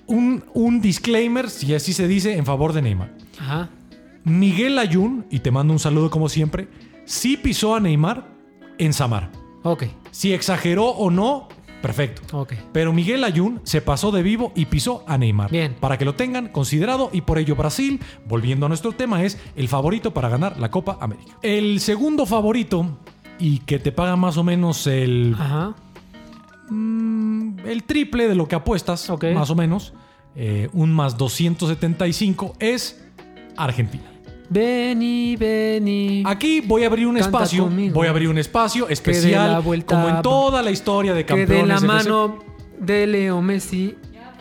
Un, un disclaimer, si así se dice, en favor de Neymar.
Ajá.
Miguel Ayun, y te mando un saludo como siempre, sí pisó a Neymar en Samar.
Ok,
Si exageró o no, perfecto.
ok.
Pero Miguel Ayun se pasó de vivo y pisó a Neymar.
Bien.
Para que lo tengan considerado y por ello Brasil, volviendo a nuestro tema, es el favorito para ganar la Copa América. El segundo favorito y que te paga más o menos el, mm,
Ajá.
el triple de lo que apuestas,
Ok.
más o menos, eh, un más 275, es Argentina.
Vení, vení.
Aquí voy a abrir un
Canta
espacio,
conmigo.
voy a abrir un espacio
dé la
especial,
vuelta,
como en toda la historia de
que
campeones.
de la
FC.
mano de Leo Messi,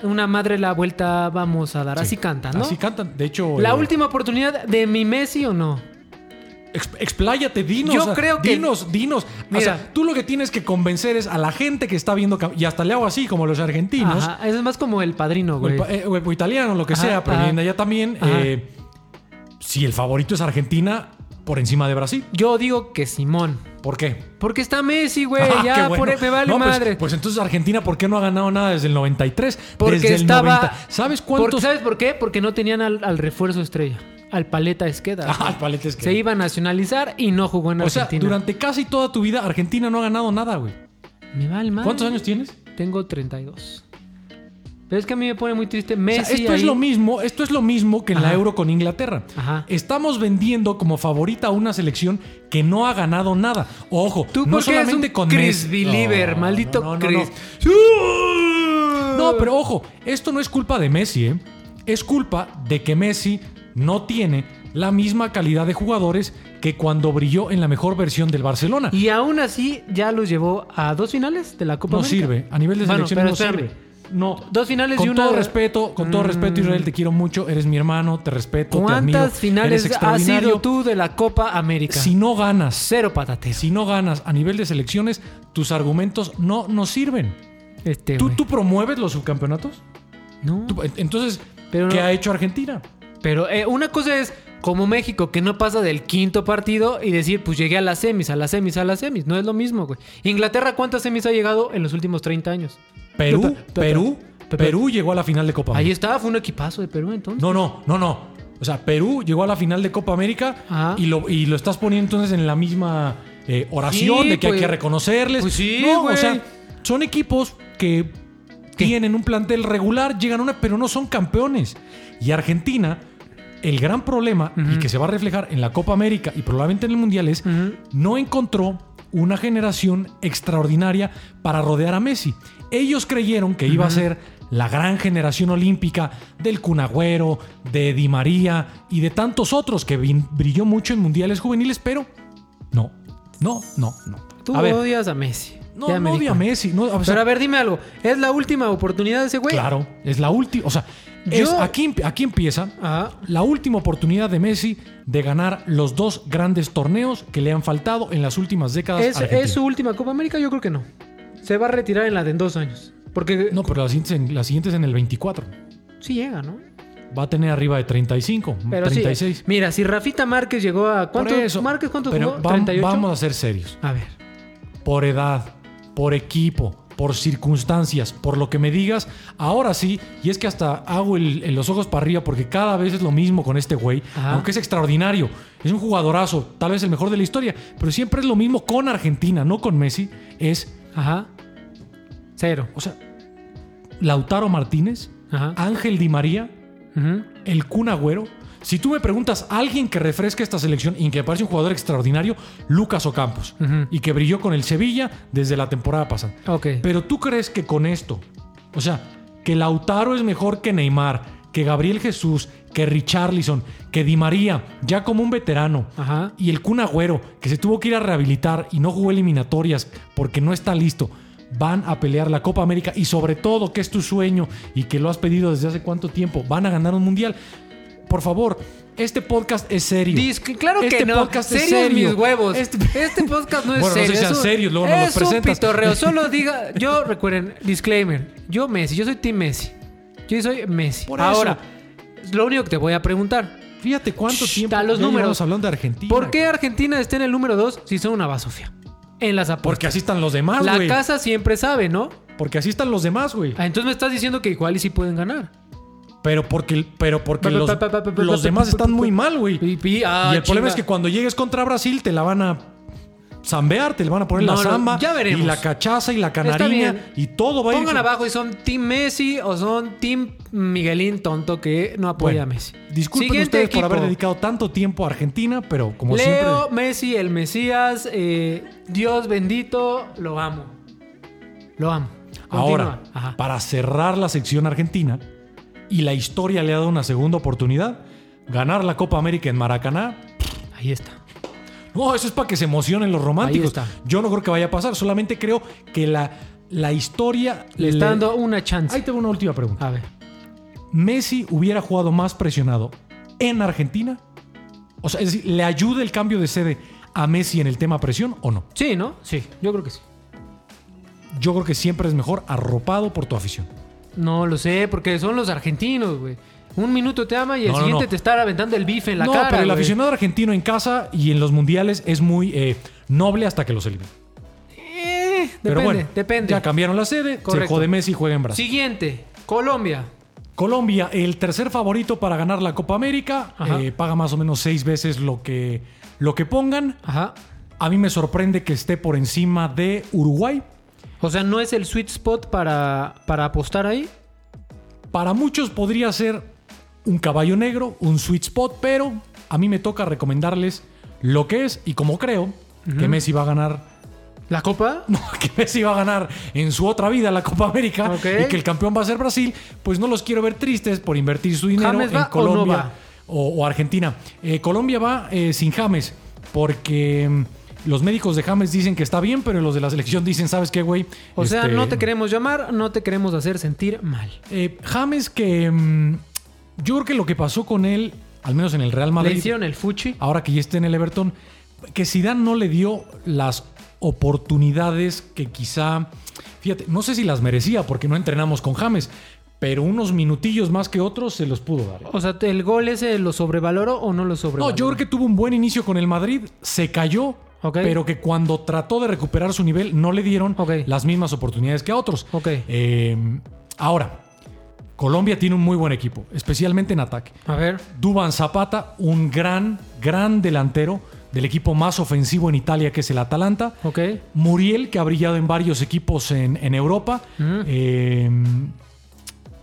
una madre la vuelta vamos a dar.
Sí.
Así cantan, ¿no?
Así cantan. De hecho,
La
eh,
última oportunidad de mi Messi o no.
ex- expláyate, dinos.
Yo
o sea,
creo que-
Dinos, dinos. o
Mira.
sea, tú lo que tienes que convencer es a la gente que está viendo. cam- Y hasta le hago así, como los argentinos.
Ajá, eso es más como el padrino,
O, el
güey.
pa- eh, o el- o italiano, lo que
Ajá,
sea, pero
ajá.
bien, allá también.
Ajá.
eh, si el favorito es Argentina, por encima de Brasil.
Yo digo que Simón.
¿Por qué?
Porque está Messi, güey.
Ah, qué
ya,
bueno.
por- e, me vale
No, pues-
madre.
Pues, entonces Argentina, ¿por qué no ha ganado nada desde el 93?
porque
desde el
estaba.
90. ¿Sabes
por-
cuántos?
¿Sabes por qué? Porque no tenían al, al refuerzo estrella, al paleta Esqueda.
Ah, el palete es que-
Se iba a nacionalizar y no jugó en
O sea,
Argentina.
durante casi toda tu vida Argentina no ha ganado nada, güey.
Me vale madre.
¿Cuántos años tienes?
Tengo 32. Pero es que a mí me pone muy triste
O
Messi.
sea, esto es
ahí-
lo mismo, esto es lo mismo que en la
Ajá.
Euro con Inglaterra.
Ajá.
Estamos vendiendo como favorita a una selección que no ha ganado nada. Ojo,
Tú
no
porque eres
solamente
un
con
Chris
Messi.
Believer,
No,
maldito
no, no, no,
Chris.
no. No, pero ojo, esto no es culpa de Messi, ¿eh? Es culpa de que Messi no tiene la misma calidad de jugadores que cuando brilló en la mejor versión del Barcelona.
Y aún así ya los llevó a dos finales de la Copa
no
América.
sirve. A nivel de
Bueno,
selección
pero
no
espérame.
sirve. No.
Dos finales y
Con
una-
todo respeto, con todo respeto, Israel,
Mm.
te quiero mucho. Eres mi hermano, te respeto, te admiro.
¿Cuántas finales
eres
has
extraordinario.
sido tú de la Copa América?
Si no ganas,
Cero patates.
si no ganas a nivel de selecciones, tus argumentos no nos sirven.
Este,
¿Tú,
güey.
tú promueves los subcampeonatos?
No.
Tú- Entonces,
Pero
¿qué
no.
ha hecho Argentina?
Pero eh, una cosa es como México, que no pasa del quinto partido y decir, pues llegué a las semis, a las semis, a las semis. No es lo mismo, güey. Inglaterra, ¿cuántas semis ha llegado en los últimos 30 años?
Perú,
Pepe, Pepe,
Perú,
Pepe.
Perú llegó a la final de Copa
Ahí
América.
estaba, fue un equipazo de Perú entonces.
No, no, no, no. O sea, Perú llegó a la final de Copa América
Ajá.
y lo, y lo estás poniendo entonces en la misma eh, oración
Sí,
de que hay
pues-
que reconocerles.
pues sí,
no, o
güey.
sea, son equipos que
¿Qué?
tienen un plantel regular, llegan a una, pero no son campeones. Y Argentina, el gran problema y
Ujú.
que se va a reflejar en la Copa América y probablemente en el Mundial es
Ujú.
no encontró una generación extraordinaria para rodear a Messi. Ellos creyeron que iba a ser la gran generación olímpica del Cunagüero, de Di María y de tantos otros que vin- brilló mucho en mundiales juveniles, pero no, no, no, no.
Tú
a ver,
odias a Messi.
no,
Ya me
no
di
odio a
cuenta.
Messi. no, o sea,
Pero a ver, dime algo. ¿Es la última oportunidad de ese güey?
claro, es la última. O sea, es-
Yo-
aquí, emp- aquí empieza
Ajá.
la última oportunidad de Messi de ganar los dos grandes torneos que le han faltado en las últimas décadas.
¿Es,
a Argentina.
es su última Copa América? Yo creo que no. Se va a retirar en la de en dos años. Porque
No, pero la siguiente, es en- la siguiente es en el 24.
sí llega, ¿no?
Va a tener arriba de 35,
Pero sí,
36.
Mira, si Rafita Márquez llegó a...
Por
¿Cuántos?
eso.
¿Márquez cuántos
Pero
jugó?
vam-
¿38?
Vamos a ser serios.
A ver.
Por edad, por equipo, por circunstancias, por lo que me digas. Ahora sí, y es que hasta hago el- el los ojos para arriba porque cada vez es lo mismo con este güey.
Ajá.
Aunque es extraordinario. Es un jugadorazo, tal vez el mejor de la historia. Pero siempre es lo mismo con Argentina, no con Messi. Es,
Ajá. Cero.
o sea, Lautaro Martínez,
Ajá.
Ángel Di María,
Ujú.
el Kun Agüero. Si tú me preguntas a alguien que refresca esta selección y que me parece un jugador extraordinario, Lucas Ocampos.
Ujú.
Y que brilló con el Sevilla desde la temporada pasada.
Ok.
Pero tú crees que con esto, o sea, que Lautaro es mejor que Neymar, que Gabriel Jesús, que Richarlison, que Di María, ya como un veterano,
Ajá.
y el Kun Agüero, que se tuvo que ir a rehabilitar y no jugó eliminatorias porque no está listo, van a pelear la Copa América y sobre todo que es tu sueño y que lo has pedido desde hace cuánto tiempo, van a ganar un mundial. Por favor, este podcast es serio.
Disc- claro
Este
que no.
podcast es
serios
serio.
mis huevos.
Este-
Este, podcast no es
Bueno, no sé
serio.
si sean
es un-
serios, luego nos los
es un
presentas.
pitorreo. Solo diga, yo recuerden, disclaimer. Yo Messi, yo soy Team Messi. Yo soy Messi.
Por eso.
Ahora, es lo único que te voy a preguntar.
Fíjate cuánto
Shh,
tiempo
da los
ya llevamos
números.
hablando de Argentina.
¿Por qué Argentina está en el número 2 si son una basofia? En las
Porque
apuestas.
así están los demás,
La
güey.
casa siempre sabe, ¿no?
Porque así están los demás, güey.
Ah, entonces me estás diciendo que igual y sí pueden ganar.
Pero porque, pero porque
Pa, pa,
los,
pa, pa, pa, pa,
los
pa,
demás
pa,
están
pa,
muy
pa.
mal, güey.
Y, y- ah,
y el problema
chinga.
es que cuando llegues contra Brasil te la van a zambear, te le van a poner la
No, no,
zamba
ya veremos.
y la cachaza y la
bien.
canariña y todo va a ir.
Pongan abajo y son Team Messi o son Team Miguelín tonto que no apoya
Bueno,
a Messi.
Disculpen
Siguiente
ustedes
equipo.
por haber dedicado tanto tiempo a Argentina, pero como
Leo,
siempre.
Messi, el Mesías, eh, Dios bendito, lo amo. Lo amo. Continúa.
Ahora,
Ajá.
para cerrar la sección argentina y la historia le ha dado una segunda oportunidad, ganar la Copa América en Maracaná.
Ahí está.
No, eso es para que se emocionen los románticos.
está.
Yo no creo que vaya a pasar, solamente creo que la, la historia
Le está dando una
Ahí
chance.
tengo una última pregunta.
A ver.
¿Messi hubiera jugado más presionado en Argentina? O sea, es decir, ¿le ayuda el cambio de sede a Messi en el tema presión o no?
Sí, ¿no? Sí, yo creo que sí.
Yo creo que siempre es mejor arropado por tu afición.
No lo sé, porque son los argentinos, güey. Un minuto te ama y el
No, no,
siguiente
no.
te está aventando el bife en la
no,
cara.
pero el
güey.
aficionado argentino en casa y en los mundiales es muy eh, noble hasta que los elimina.
Eh, depende,
Pero bueno,
depende.
Ya cambiaron la sede, se
Correcto.
jode Messi y juega en Brasil.
Siguiente, Colombia.
Colombia, el tercer favorito para ganar la Copa América,
Ajá.
eh, paga más o menos seis veces lo que, lo que pongan.
Ajá.
A mí me sorprende que esté por encima de Uruguay.
O sea, ¿no es el sweet spot para, para apostar ahí?
Para muchos podría ser un caballo negro, un sweet spot, pero a mí me toca recomendarles lo que es y como creo que Messi va a ganar.
¿La copa?
No, que Messi va a ganar en su otra vida la Copa América
Ok.
y que el campeón va a ser Brasil, pues no los quiero ver tristes por invertir su dinero
¿James
en
va o
Colombia
no va?
o- o Argentina. Eh, Colombia va eh, sin James porque mm, los médicos de James dicen que está bien, pero los de la selección dicen, ¿sabes qué, güey?
O sea,
Este,
no te queremos llamar, no te queremos hacer sentir mal.
eh, James que mm, yo creo que lo que pasó con él, al menos en el Real
Le
Madrid,
hicieron el fuchi.
ahora que ya está en el Everton, que Zidane no le dio las oportunidades que quizá, fíjate, no sé si las merecía porque no entrenamos con James, pero unos minutillos más que otros se los pudo dar.
O sea, ¿el gol ese lo sobrevaloró o no lo
No,
sobrevaloró?
yo creo que tuvo un buen inicio con el Madrid, se cayó,
Ok.
pero que cuando trató de recuperar su nivel no le dieron
Ok.
las mismas oportunidades que a otros.
Ok.
Eh, ahora, Colombia tiene un muy buen equipo, especialmente en ataque.
A ver.
Duban Zapata, un gran, gran delantero del equipo más ofensivo en Italia, que es el Atalanta.
Ok.
Muriel, que ha brillado en varios equipos en, en Europa.
Ujú.
Eh,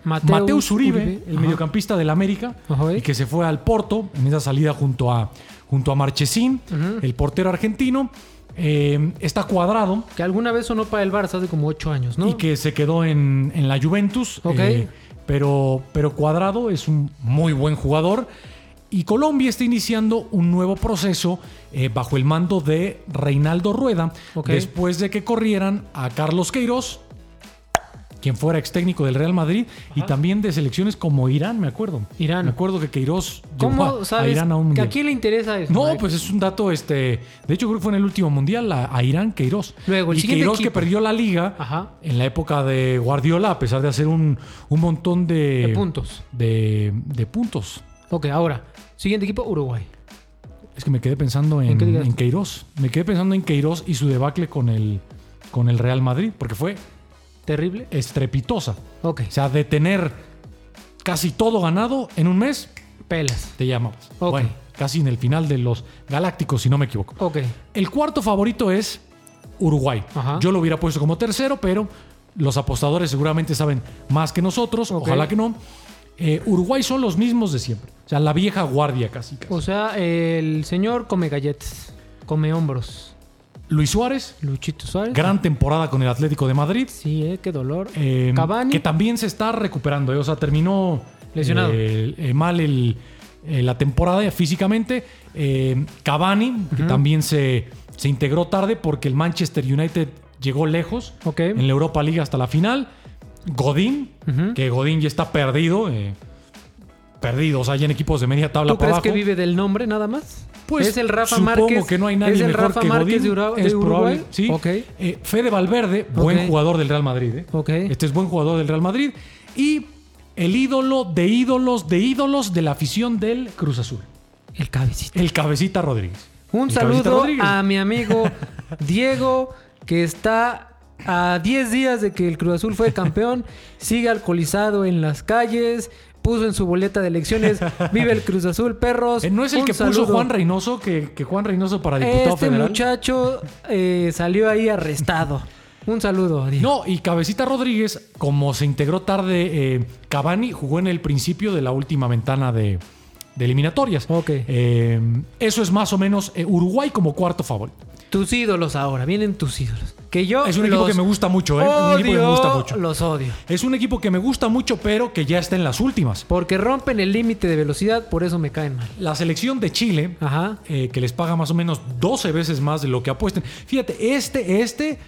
Mateus,
Mateus Uribe, el
Ajá.
mediocampista del América,
Ajá.
y que se fue al Porto en esa salida junto a, junto a Marchesín, el portero argentino. Eh, está cuadrado
Que alguna vez sonó para el Barça hace como ocho años, ¿no?
y que se quedó en, en la Juventus. eh,
Ok.
pero, pero Cuadrado es un muy buen jugador. Y Colombia está iniciando un nuevo proceso eh, bajo el mando de Reinaldo Rueda.
Ok.
Después de que corrieran a Carlos Queiroz, quien fuera ex técnico del Real Madrid, y también de selecciones como Irán, me acuerdo.
Irán.
Me acuerdo que Queiroz llevó
¿Cómo
a- a,
sabes
Irán a un
que a
mundial.
quién le interesa eso?
No,
Mike?
pues es un dato, este. De hecho, creo que fue en el último mundial a, a Irán Queiroz.
Luego, el
y
siguiente
Queiroz que
equipo.
perdió la liga
Ajá.
en la época de Guardiola, a pesar de hacer un, un montón de,
De puntos.
De, de puntos.
Ok, ahora. Siguiente equipo, Uruguay.
Es que me quedé pensando en,
qué te quedaste?
en Queiroz. Me quedé pensando en Queiroz y su debacle con el, con el Real Madrid, porque fue
Terrible.
estrepitosa.
Ok.
O sea, de tener casi todo ganado en un mes,
Pelas.
te llamabas.
Ok.
Bueno, casi en el final de los Galácticos, si no me equivoco.
Ok.
El cuarto favorito es Uruguay.
Ajá.
Yo lo hubiera puesto como tercero, pero los apostadores seguramente saben más que nosotros.
Ok.
Ojalá que no. Eh, Uruguay son los mismos de siempre. O sea, la vieja guardia casi. casi.
O sea, el señor come galletas. Come hombros.
Luis Suárez,
Luchito Suárez.
gran temporada con el Atlético de Madrid.
Sí, eh, qué dolor.
Eh,
Cavani.
Que también se está recuperando. eh. O sea, terminó
Lesionado.
eh, eh, mal el- eh, la temporada físicamente. Eh, Cavani, que también se, se integró tarde porque el Manchester United llegó lejos
Ok.
en la Europa League hasta la final. Godín,
Ujú.
que Godín ya está perdido. eh, perdido, o sea, ya en equipos de media tabla
¿Tú
para
crees
abajo.
que vive del nombre nada más?
Pues
es el Rafa
supongo
Márquez.
que no hay nadie
es el
mejor
Rafa
que
Márquez
Godín.
de, Ura-
es
de Uruguay.
probable, sí.
Ok.
Eh, Fede Valverde, buen
Ok.
jugador del Real Madrid. eh.
Ok.
Este es buen jugador del Real Madrid. Y el ídolo de ídolos de ídolos de la afición del Cruz Azul.
El cabecito.
El Cabecita Rodríguez.
Un
El Cabecita
saludo
Rodríguez.
a mi amigo Diego, que está a 10 días de que el Cruz Azul fue campeón. Sigue alcoholizado en las calles. Puso en su boleta de elecciones. Vive el Cruz Azul, perros.
Eh, ¿No es el
Un
que puso
saludo.
Juan Reynoso? Que, que Juan Reynoso para diputado
Este
federal.
muchacho eh, salió ahí arrestado. Un saludo, Diego.
No, y Cabecita Rodríguez, como se integró tarde, eh, Cavani jugó en el principio de la última ventana de, de eliminatorias.
Ok.
Eh, eso es más o menos eh, Uruguay como cuarto favorito.
Tus ídolos ahora, vienen tus ídolos. Que yo
Es un equipo
los
que me gusta mucho, ¿eh? un equipo que me gusta
odio,
mucho.
Los odio.
Es un equipo que me gusta mucho, pero que ya está en las últimas.
Porque rompen el límite de velocidad, por eso me caen mal.
La selección de Chile,
Ajá.
eh, que les paga más o menos 12 veces más de lo que apuesten. Fíjate, este, este.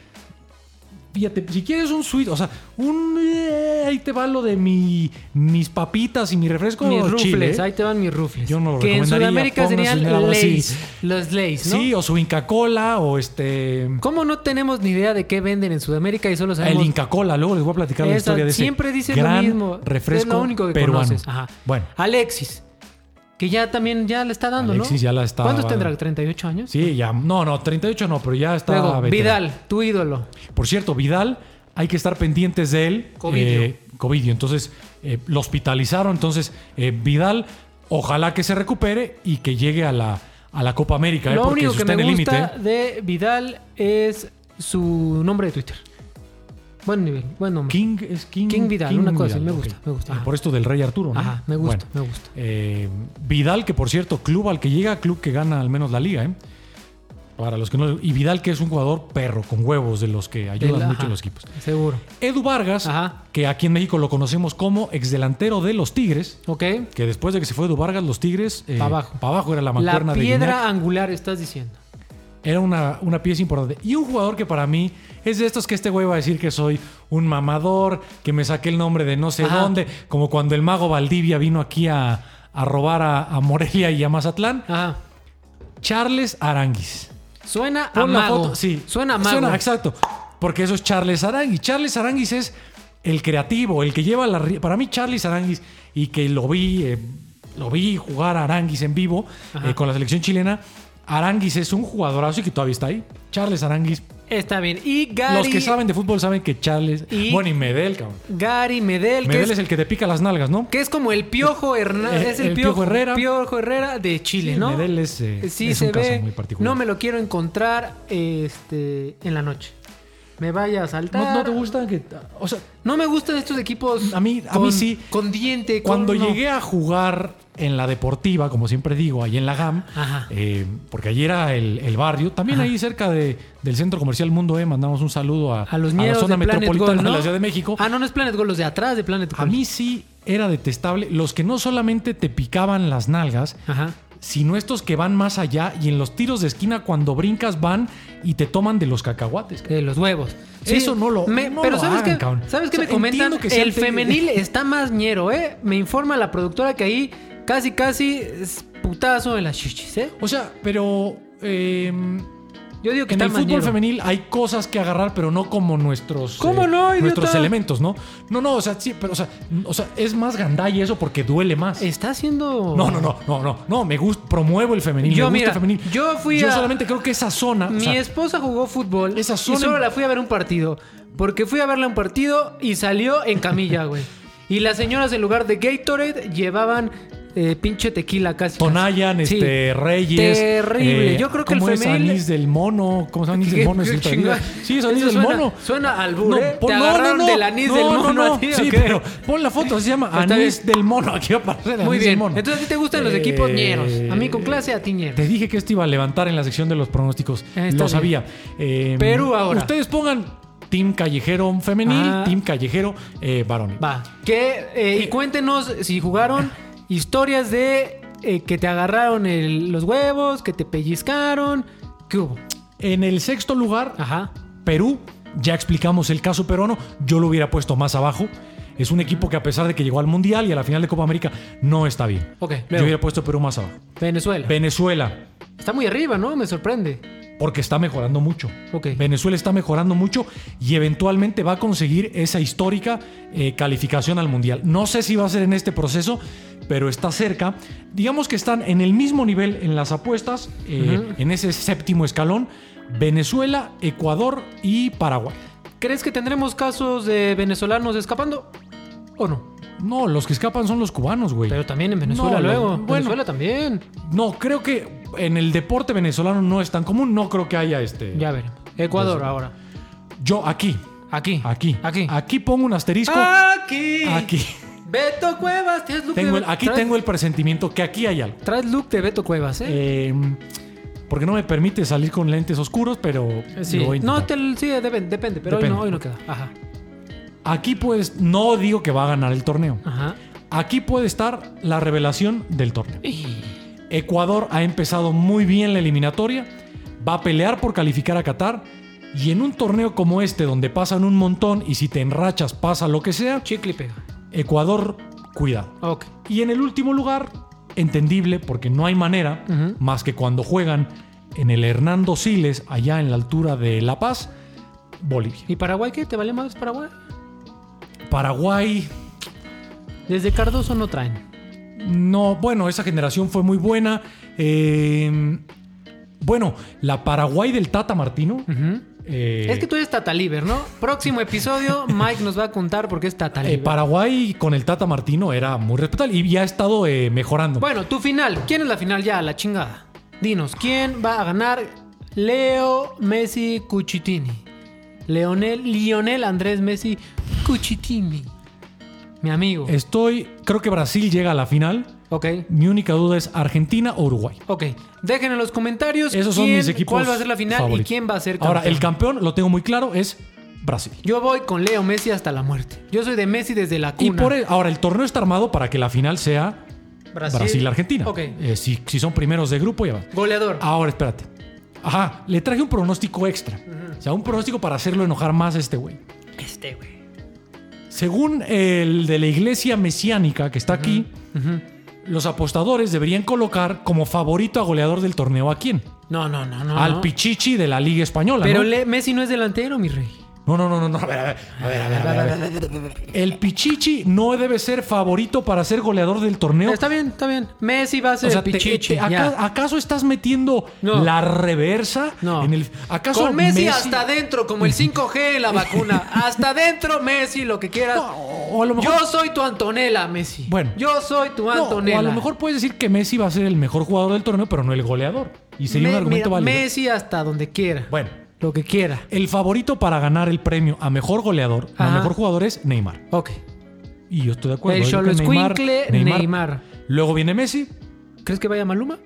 Fíjate, si quieres un suite, o sea, un. eh, ahí te va lo de mi, mis papitas y mi refresco.
Mis rufles,
Chile. ¿eh?
ahí te van mis rufles.
Yo no lo
que en
recomendaría,
Sudamérica
pónganse en
serían
el Brasil.
Lays, los Lays, ¿no?
Sí, o su Inca Cola, o este.
¿Cómo no tenemos ni idea de qué venden en Sudamérica y solo sabemos
El Inca Cola, luego les voy a platicar la
Esa-
historia de ese
Siempre dice
gran
lo mismo.
refresco
es lo único que
peruano.
conoces. Ajá.
Bueno,
Alexis, que ya también ya le está dando,
Alexis
¿no?
ya la está-
¿Cuántos tendrá? ¿38 años?
sí, ya. No, no, 38 no, pero ya está.
Luego,
veterano.
Vidal, tu ídolo.
Por cierto, Vidal, hay que estar pendientes de él.
Covidio.
Eh, Covidio. Entonces, eh, lo hospitalizaron. Entonces, eh, Vidal, ojalá que se recupere y que llegue a la, a la Copa América. eh,
Lo
porque
único
si
que
está
me
en el límite. ¿eh?
gusta de Vidal es su nombre de Twitter. Buen nivel, buen nombre.
King es King,
King Vidal, una cosa así, me
ok.
gusta, me gusta.
Ah, Por esto del Rey Arturo, ¿no?
Ajá, me gusta,
Bueno,
me gusta.
eh, Vidal, que por cierto, club al que llega, club que gana al menos la liga, ¿eh? Para los que no. Y Vidal, que es un jugador perro, con huevos, de los que ayudan
Del-
mucho
ajá,
en los equipos.
Seguro.
Edu Vargas,
Ajá.
que aquí en México lo conocemos como exdelantero de los Tigres,
Ok.
que después de que se fue Edu Vargas, los Tigres.
Pa' abajo.
Para abajo era la mancuerna
La
de
piedra
Guiñac.
angular, estás diciendo.
Era una, una pieza importante. Y un jugador que para mí es de estos que este güey va a decir que soy un mamador, que me saqué el nombre de no sé
Ajá.
dónde, como cuando el mago Valdivia vino aquí a, a robar a, a Morelia y a Mazatlán.
Ajá.
Charles Aranguis.
Suena a
Pon la
mago.
foto, sí.
Suena a mago.
exacto. Porque eso es Charles Aranguis. Charles Aranguis es el creativo, el que lleva la. ri- Para mí, Charles Aranguis, y que lo vi, eh, lo vi jugar a Aranguis en vivo
Ajá.
eh, con la selección chilena. Aranguis es un jugadorazo y que todavía está ahí. Charles Aranguis.
Está bien. Y Gary.
Los que saben de fútbol saben que Charles.
Y-
Bueno, y Medel, cabrón.
Gary Medel, que
Medel
es,
es el que te pica las nalgas, ¿no?
que es como el Piojo Hernández.
Eh,
es el,
el
Piojo,
Piojo Herrera.
Piojo Herrera de Chile,
Sí,
¿no?
Medel es, eh,
sí,
es
se
un caso
ve.
muy particular.
No me lo quiero encontrar este, en la noche. Me vaya a saltar.
¿No, no te gusta que.? O sea,
No me gustan estos equipos.
A mí- a mí
con-
sí.
Con diente. con-
Cuando
no.
llegué a jugar en la deportiva, como siempre digo, ahí en la GAM,
Ajá.
eh, porque allí era el, el barrio, también ahí cerca de, del Centro Comercial Mundo E, mandamos un saludo a,
A los
a la
miedos
zona
de Planet
metropolitana
Gol, ¿no?
de la Ciudad de México.
Ah, no, no es Planet Gol, los de atrás de Planet Gol.
A mí sí era detestable los que no solamente te picaban las nalgas,
Ajá.
sino estos que van más allá y en los tiros de esquina cuando brincas van y te toman de los cacahuates.
De los huevos.
Sí, eso no lo- no
pero
lo
¿sabes
hagan,
qué?
cabrón.
¿Sabes qué
O sea,
me comentan?
entiendo que sea
el
te-
femenil está más ñero, ¿eh? Me informa la productora que ahí casi, casi es putazo de las chichis, ¿eh?
O sea, pero... em,
Yo digo que
En
está
el
más
fútbol
ñero.
femenil hay cosas que agarrar, pero no como nuestros, eh,
¿Cómo no, idiota?
nuestros elementos, ¿no? No, no, o sea, sí, pero o sea, n- o sea, es más gandalla eso porque duele más.
Está haciendo...
No, no, no, no, no, no, me gusta, promuevo el femenil,
Yo,
me gusta
mira,
el femenil.
yo fui
Yo
a-
solamente creo que esa zona, o
Mi
sea,
esposa jugó fútbol
Esa
y
zona-
solo la fui a ver un partido. Porque fui a verla un partido y salió en camilla, güey. Y las señoras en lugar de Gatorade llevaban eh, pinche tequila casi.
Tonayan,
Sí.
este, Reyes. eh,
Terrible. Yo creo que el
¿cómo es
femenil-
Anís del mono. ¿Cómo es anís del mono?
¿Qué-
Es
qué
otra vida.
chingada?
Sí, es anís
Eso
del
suena-
mono.
suena albur, ¿eh?
pon-
Te agarraron del anís del mono
no.
a ti, ¿o
Sí,
qué?
pero pon la foto, se llama
Está
anís del mono. Aquí va a aparecer el
Muy
anís del
bien.
mono.
Entonces a ti te gustan los equipos
Eh,
ñeros. A mí con clase, a ti ñero.
Te dije que esto iba a levantar en la sección de los pronósticos.
Está
Lo
bien.
sabía. Eh,
Perú ahora.
Ustedes pongan team callejero femenil,
Ah.
team callejero eh, varonil.
Va. Que, eh, y cuéntenos si jugaron historias de eh, que te agarraron el- los huevos, que te pellizcaron. ¿Qué hubo?
En el sexto lugar,
Ajá.
Perú, ya explicamos el caso peruano, yo lo hubiera puesto más abajo. Es un equipo que a pesar de que llegó al Mundial y a la final de Copa América, no está bien.
Ok,
Yo
luego.
hubiera puesto Perú más abajo.
Venezuela.
Venezuela,
Está muy arriba, ¿no? Me sorprende.
porque está mejorando mucho.
Ok.
Venezuela está mejorando mucho y eventualmente va a conseguir esa histórica eh, calificación al Mundial. No sé si va a ser en este proceso, pero está cerca. Digamos que están en el mismo nivel en las apuestas, eh,
Ujú.
en ese séptimo escalón, Venezuela, Ecuador y Paraguay.
¿Crees que tendremos casos de venezolanos escapando? ¿O no?
No, los que escapan son los cubanos, güey.
Pero también en Venezuela
No, lo-
luego.
bueno.
Venezuela también.
No, creo que en el deporte venezolano no es tan común. No creo que haya este.
Ya veremos. Ecuador
Entonces,
ahora.
Yo aquí,
Aquí.
aquí,
Aquí.
aquí pongo un asterisco.
Aquí.
Aquí.
Beto Cuevas. ¿Tienes look
Tengo
de
el- aquí
traes-
tengo el presentimiento que aquí hay algo.
¿Eh? Traes look de Beto Cuevas, ¿eh?
Eh, Porque no me permite salir con lentes oscuros, pero
Sí.
Eh, lo voy a
No,
intentar.
te- sí, depende, depende, pero
Depende.
hoy no, hoy no queda. Ajá.
Aquí pues no digo que va a ganar el torneo.
Ajá.
Aquí puede estar la revelación del torneo. Ecuador ha empezado muy bien la eliminatoria, va a pelear por calificar a Qatar y en un torneo como este donde pasan un montón y si te enrachas pasa lo que sea,
Chicle y pega.
Ecuador cuidado.
Ok.
Y en el último lugar, entendible porque no hay manera
Ujú.
más que cuando juegan en el Hernando Siles allá en la altura de La Paz, Bolivia.
¿Y Paraguay qué? ¿Te vale más Paraguay?
Paraguay,
Desde Cardoso no traen.
No, bueno, esa generación fue muy buena. Eh, bueno, la Paraguay del Tata Martino. eh,
Es que tú eres Tataliber, ¿no? Próximo episodio, Mike nos va a contar por qué es
eh,
Tataliber.
Paraguay con el Tata Martino era muy respetable y ya ha estado eh, mejorando.
Bueno, tu final. ¿Quién es la final ya? La chingada. Dinos, ¿quién va a ganar? Leo Messi Cuchitini. Leonel, Lionel Andrés Messi Cuchitini. Mi amigo.
Estoy, creo que Brasil llega a la final.
Ok.
Mi única duda es Argentina o Uruguay.
Ok. Dejen en los comentarios
Esos son
quién-
mis equipos.
cuál va a ser la final
favoritos.
y quién va a ser
Ahora, el campeón, lo tengo muy claro, es Brasil.
Yo voy con Leo Messi hasta la muerte. Yo soy de Messi desde la
Y
cuna.
por el- ahora el torneo está armado para que la final sea Brasil-Argentina.
Ok.
Eh, si, si son primeros de grupo, ya va.
Goleador.
Ahora, espérate. Ajá, le traje un pronóstico extra. O sea, un pronóstico para hacerlo enojar más a este güey.
Este, güey.
Según el de la iglesia mesiánica que está aquí, los apostadores deberían colocar como favorito a goleador del torneo a quién?
No, no, no, no.
Al
no.
Pichichi de la Liga Española.
Pero
¿no?
Le- Messi no es delantero, mi rey.
No, no, no, no, no. A ver, a ver, a ver, a ver, a ver, a ver. El Pichichi no debe ser favorito para ser goleador del torneo.
Está bien, está bien. Messi va a ser este,
O sea,
el
te- eh,
pichichi.
te- aca-
ya.
¿acaso estás metiendo
No.
la reversa?
No.
En el, ¿Acaso
Con Messi,
Messi-
hasta adentro, como el 5G en la vacuna. hasta adentro, Messi, lo que quieras.
No, o a lo mejor
Yo soy tu Antonella, Messi.
Bueno.
Yo soy tu
No,
Antonella.
o a lo mejor puedes decir que Messi va a ser el mejor jugador del torneo, pero no el goleador. Y sería
Me-
un argumento
mira,
válido.
Messi hasta donde quiera.
Bueno,
Lo que quiera.
el favorito para ganar el premio a mejor goleador, a
Ajá.
mejor jugador es Neymar.
Ok.
Y yo estoy de acuerdo. ¿eh?
el
yo creo que
Xoloscuincle, Neymar.
Luego viene Messi.
¿Crees que vaya Maluma?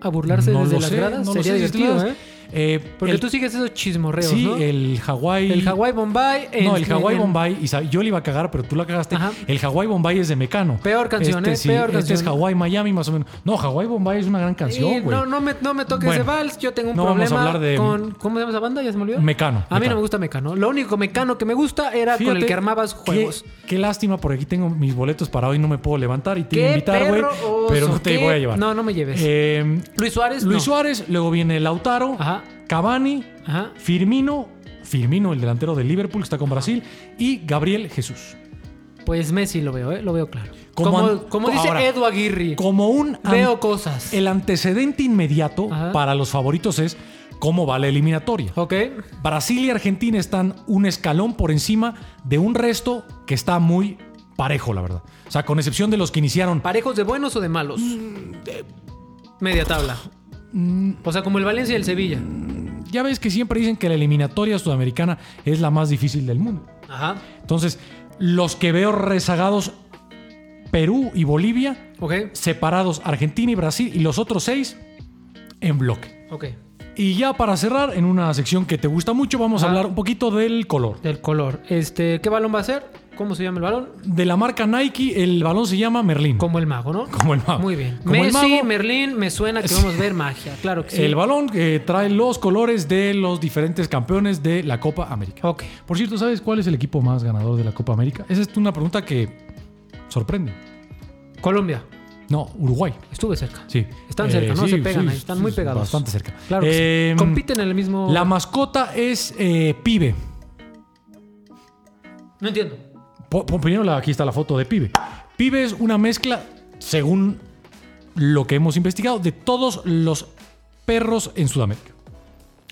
A burlarse
no
desde
lo
las
sé,
gradas.
no lo
Sería
sé, desde
divertido,
las-
¿eh?
Eh,
Porque
el-
tú sigues esos chismorreos,
Sí,
¿no?
el Hawái.
El Hawái Bombay. en-
No, el Hawái
en-
Bombay. y sab- yo le iba a cagar, pero tú la cagaste.
Ajá.
El Hawái Bombay es de Mecano.
Peor canción,
este,
¿eh?
sí,
Peor
Este es
canción.
Hawái Miami, más o menos. No, Hawái Bombay es una gran
Y
canción, güey.
no, no, me, no me toques
Bueno,
de vals, yo tengo un
no vamos a
problema
hablar de-
con... ¿Cómo se llama esa banda? ¿Ya se me olvidó?
Mecano,
A mí
Mecano.
no me gusta Mecano. Lo único Mecano que me gusta era con el
Fíjate
que armabas
qué-
juegos.
Qué, lástima, por aquí tengo mis boletos para hoy, no me puedo levantar y te
Qué
iba a invitar, güey.
perro oso,
Pero no te
qué-
voy a llevar.
No, no me lleves.
Eh,
Luis Suárez,
Luis
no.
Suárez, luego viene Lautaro,
Ajá.
Cavani,
Ajá.
Firmino, Firmino, el delantero de Liverpool que está con Brasil, y Gabriel Jesús.
Pues Messi lo veo, ¿eh? Lo veo claro.
Como
Como,
an-
como dice
ahora,
Edu Aguirre,
Como un an-
veo cosas.
el antecedente inmediato
Ajá.
para los favoritos es cómo va la eliminatoria.
Ok.
Brasil y Argentina están un escalón por encima de un resto que está muy parejo, la verdad. O sea, con excepción de los que iniciaron
¿Parejos de buenos o de malos?
Mm,
Media tabla. O sea, como el Valencia y el Sevilla.
Ya ves que siempre dicen que la eliminatoria sudamericana es la más difícil del mundo.
Ajá.
Entonces, los que veo rezagados, Perú y Bolivia,
Ok.
separados Argentina y Brasil, y los otros seis en bloque.
Ok.
Y ya para cerrar, en una sección que te gusta mucho, vamos a
Ah.
hablar un poquito del color.
Del color. Este, ¿qué balón va a ser? ¿Cómo se llama el balón?
De la marca Nike, el balón se llama Merlín.
Como el mago, ¿no?
Como el mago.
Muy bien.
Ah, Como el
Messi,
mago.
Merlín, me suena que vamos a ver magia. Claro que sí.
El balón que trae los colores de los diferentes campeones de la Copa América.
Ok.
Por cierto, ¿sabes cuál es el equipo más ganador de la Copa América? Esa es una pregunta que sorprende.
Colombia.
No, Uruguay.
Estuve cerca.
Sí.
Están
Eh,
cerca, ¿no?
sí,
Se pegan
sí,
ahí. Están
sí,
muy pegados.
Bastante cerca.
Claro que sí.
Eh,
Compiten en el mismo...
La mascota es eh, Pibe.
No entiendo.
Po- po- Primero, la- aquí está la foto de Pibe. Pibe es una mezcla, según lo que hemos investigado, de todos los perros en Sudamérica.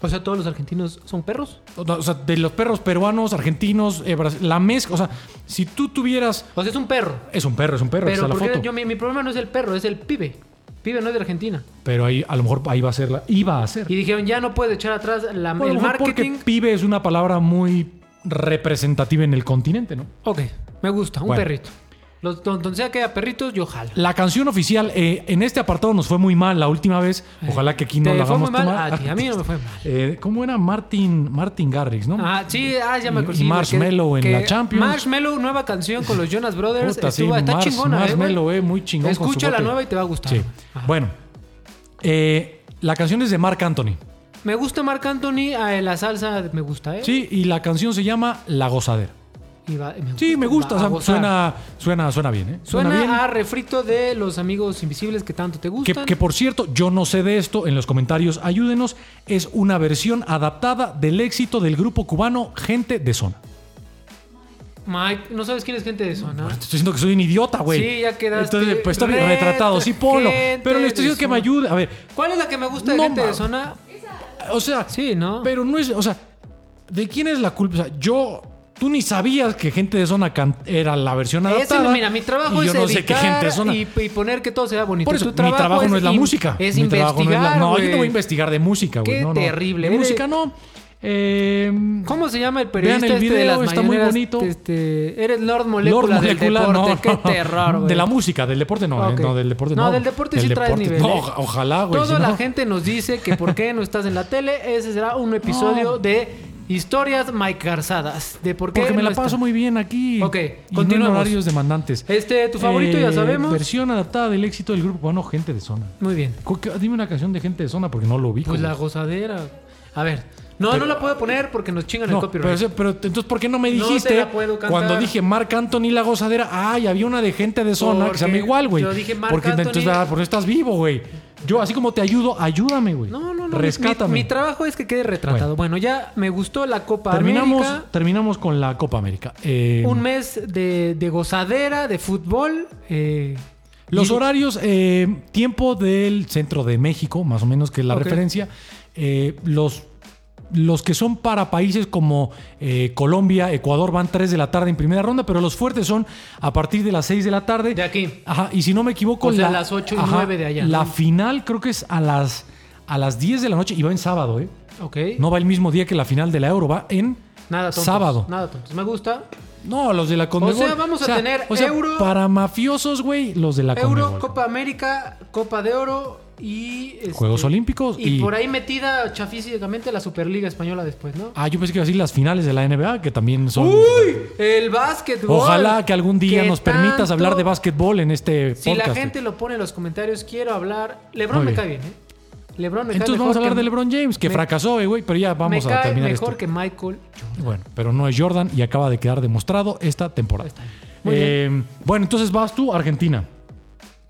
O sea, ¿todos los argentinos son perros?
O o sea, de los perros peruanos, argentinos, eh, bras- la mezcla. O sea, si tú tuvieras.
O sea, es un perro.
Es un perro, es un perro,
Pero
está la
¿por qué?
foto.
Yo, mi, mi problema no es el perro, es el pibe. Pibe no es de Argentina.
Pero ahí, a lo mejor ahí va a ser la. Iba a ser.
Y dijeron, ya no puedes echar atrás la-
Bueno, a
el
lo mejor
marketing.
Porque pibe es una palabra muy representativa en el continente, ¿no?
Ok, me gusta. Un
Bueno.
perrito. Los, donde sea que haya perritos, yo jalo.
La canción oficial eh, en este apartado nos fue muy mal la última vez. Ojalá que aquí no
Eh, ¿Te
la
fue muy
hagamos
mal?
tomar.
A ti, a mí no me fue mal.
Eh, ¿Cómo era Martin, Martin Garrix, no?
Ah, sí, ah, ya
Y-
me acordé.
y Marshmello en la Champions.
Marshmallow, nueva canción con los Jonas Brothers.
Puta, sí,
Estuvo- está
Mars-
chingona, eh, güey.
Marshmello, eh, muy chingón. con su
Escucha la
bote.
nueva y te va a gustar.
Sí.
Ajá.
Bueno, eh, la canción es de Marc Anthony.
Me gusta Marc Anthony, ah, la salsa me gusta, ¿eh?
Sí, y la canción se llama La Gozadera.
Y va- me
Sí, me gusta.
va
o sea,
a gozar.
suena, suena, suena bien, ¿eh?
Suena,
bien.
a refrito de los amigos invisibles que tanto
Que,
te gustan.
que, por cierto, yo no sé de esto, en los comentarios ayúdenos, es una versión adaptada del éxito del grupo cubano Gente de Zona.
Mike, no sabes quién es gente de zona.
Te estoy diciendo que soy un idiota, güey.
Sí, ya quedaste
Entonces, pues está bien
re-
retratado, sí, ponlo.
gente
Pero le estoy
de
diciendo que me
zona.
ayude. A ver,
¿Cuál es la que me gusta de
No,
gente
ma-
de zona?
o sea,
Sí, ¿no?
pero no es, o sea, ¿de quién es la culpa? O sea, yo, tú ni sabías que Gente de Zona can- era la versión
Ese,
adaptada.
mira, mi trabajo
y
es
yo no sé qué
editar
Gente de Zona.
y, y poner que todo sea bonito.
Por eso,
Tu
mi trabajo no es la
in-
música.
Es
mi trabajo
investigar,
no es la- No, yo no voy a
güey.
investigar de música, güey.
Qué
no, no.
terrible,
De
eres-
música no. Eh,
¿Cómo se llama el periodista
Vean el
este de
video,
las
está muy
mañaneras?
bonito.
Este, eres Lord Molécula
Lord
del
Molecula,
deporte.
no,
Qué
no.
terror, güey.
De la música, del deporte no, ¿eh?
Ok.
no, del deporte no.
No, del deporte sí traes nivel,
No,
¿eh?
oja- ojalá, güey.
Toda
si
la
no-
gente nos dice que por qué no estás en la tele. Ese será un episodio
No.
de historias maicarzadas. De por qué
Porque me
no
la paso
estás.
muy bien aquí.
Ok,
Y no en
continuemos.
horarios demandantes.
Este, tu favorito,
Eh,
ya sabemos.
Versión adaptada del éxito del grupo cubano Gente de Zona.
Muy bien.
Cu- que- Dime una canción de Gente de Zona porque no lo vi.
Pues la gozadera. A ver. No, no la puedo poner porque nos chingan el
No, pero,
copyright.
ese- pero entonces, ¿por qué no me
No te
dijiste
la puedo cantar.
cuando dije Marc Anthony la gozadera? Ay, había una de gente de zona que se llama
Porque
igual, güey.
yo dije Marc
porque
Anthony.
entonces, ah, porque estás vivo, güey. Yo, así como te ayudo, ayúdame, güey.
No, no, no. mi-
Rescátame.
Mi, mi trabajo es que quede retratado. Bueno, ya me gustó la Copa
Terminamos,
América.
terminamos con la Copa América. Eh,
Un mes de, de gozadera, de fútbol. eh,
Los
y-
horarios, eh, tiempo del centro de México, más o menos que es la
Ok.
referencia. Eh, los, los que son para países como eh, Colombia, Ecuador van 3 de la tarde en primera ronda, pero los fuertes son a partir de las 6 de la tarde.
De aquí.
Ajá, y si no me equivoco,
O sea, las ocho y nueve de allá,
La
¿no?
final creo que es a las, a las 10 de la noche y va en sábado, ¿eh?
Ok.
No va el mismo día que la final de la Euro, va en
Nada tontos,
sábado.
Nada tontos. Me gusta.
No, los de la Conmebol.
sea, vamos a tener Euro-
Para mafiosos, güey, los de la
Euro,
Conmebol.
Copa América, Copa de Oro y. este,
Juegos Olímpicos
Y,
y-
por ahí metida chafísicamente la Superliga Española después, ¿no?
Ah, yo pensé que iba a decir las finales de la NBA, que también son.
¡Uy! El básquetbol.
Ojalá que algún día
Que
nos permitas
tanto-
hablar de básquetbol en este
Si
podcast.
la gente lo pone en los comentarios, quiero hablar. Lebron
Muy
me
bien.
cae bien, ¿eh? Lebron me cae
Entonces vamos a
mejor
hablar
que-
de LeBron James, que
me-
fracasó, eh, güey, pero ya vamos
me
a
cae
terminar
mejor
esto.
que Michael Jordan.
Bueno, pero no es Jordan y acaba de quedar demostrado esta temporada.
Está bien. Muy
Eh, Bueno, entonces vas tú, Argentina.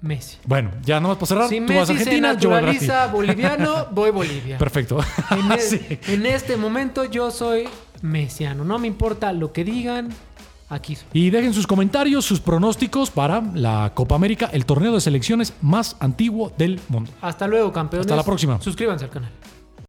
Messi.
Bueno, ya nada más para cerrar.
Si
tú vas a
Messi se
Argentina, yo voy a Brasil.
naturaliza boliviano, voy Bolivia.
Perfecto.
En, e-
ah, Sí.
en este momento yo soy mesiano. No me importa lo que digan. Aquí soy.
Y dejen sus comentarios, sus pronósticos para la Copa América, el torneo de selecciones más antiguo del mundo.
Hasta luego, campeones.
Hasta la próxima.
Suscríbanse al canal.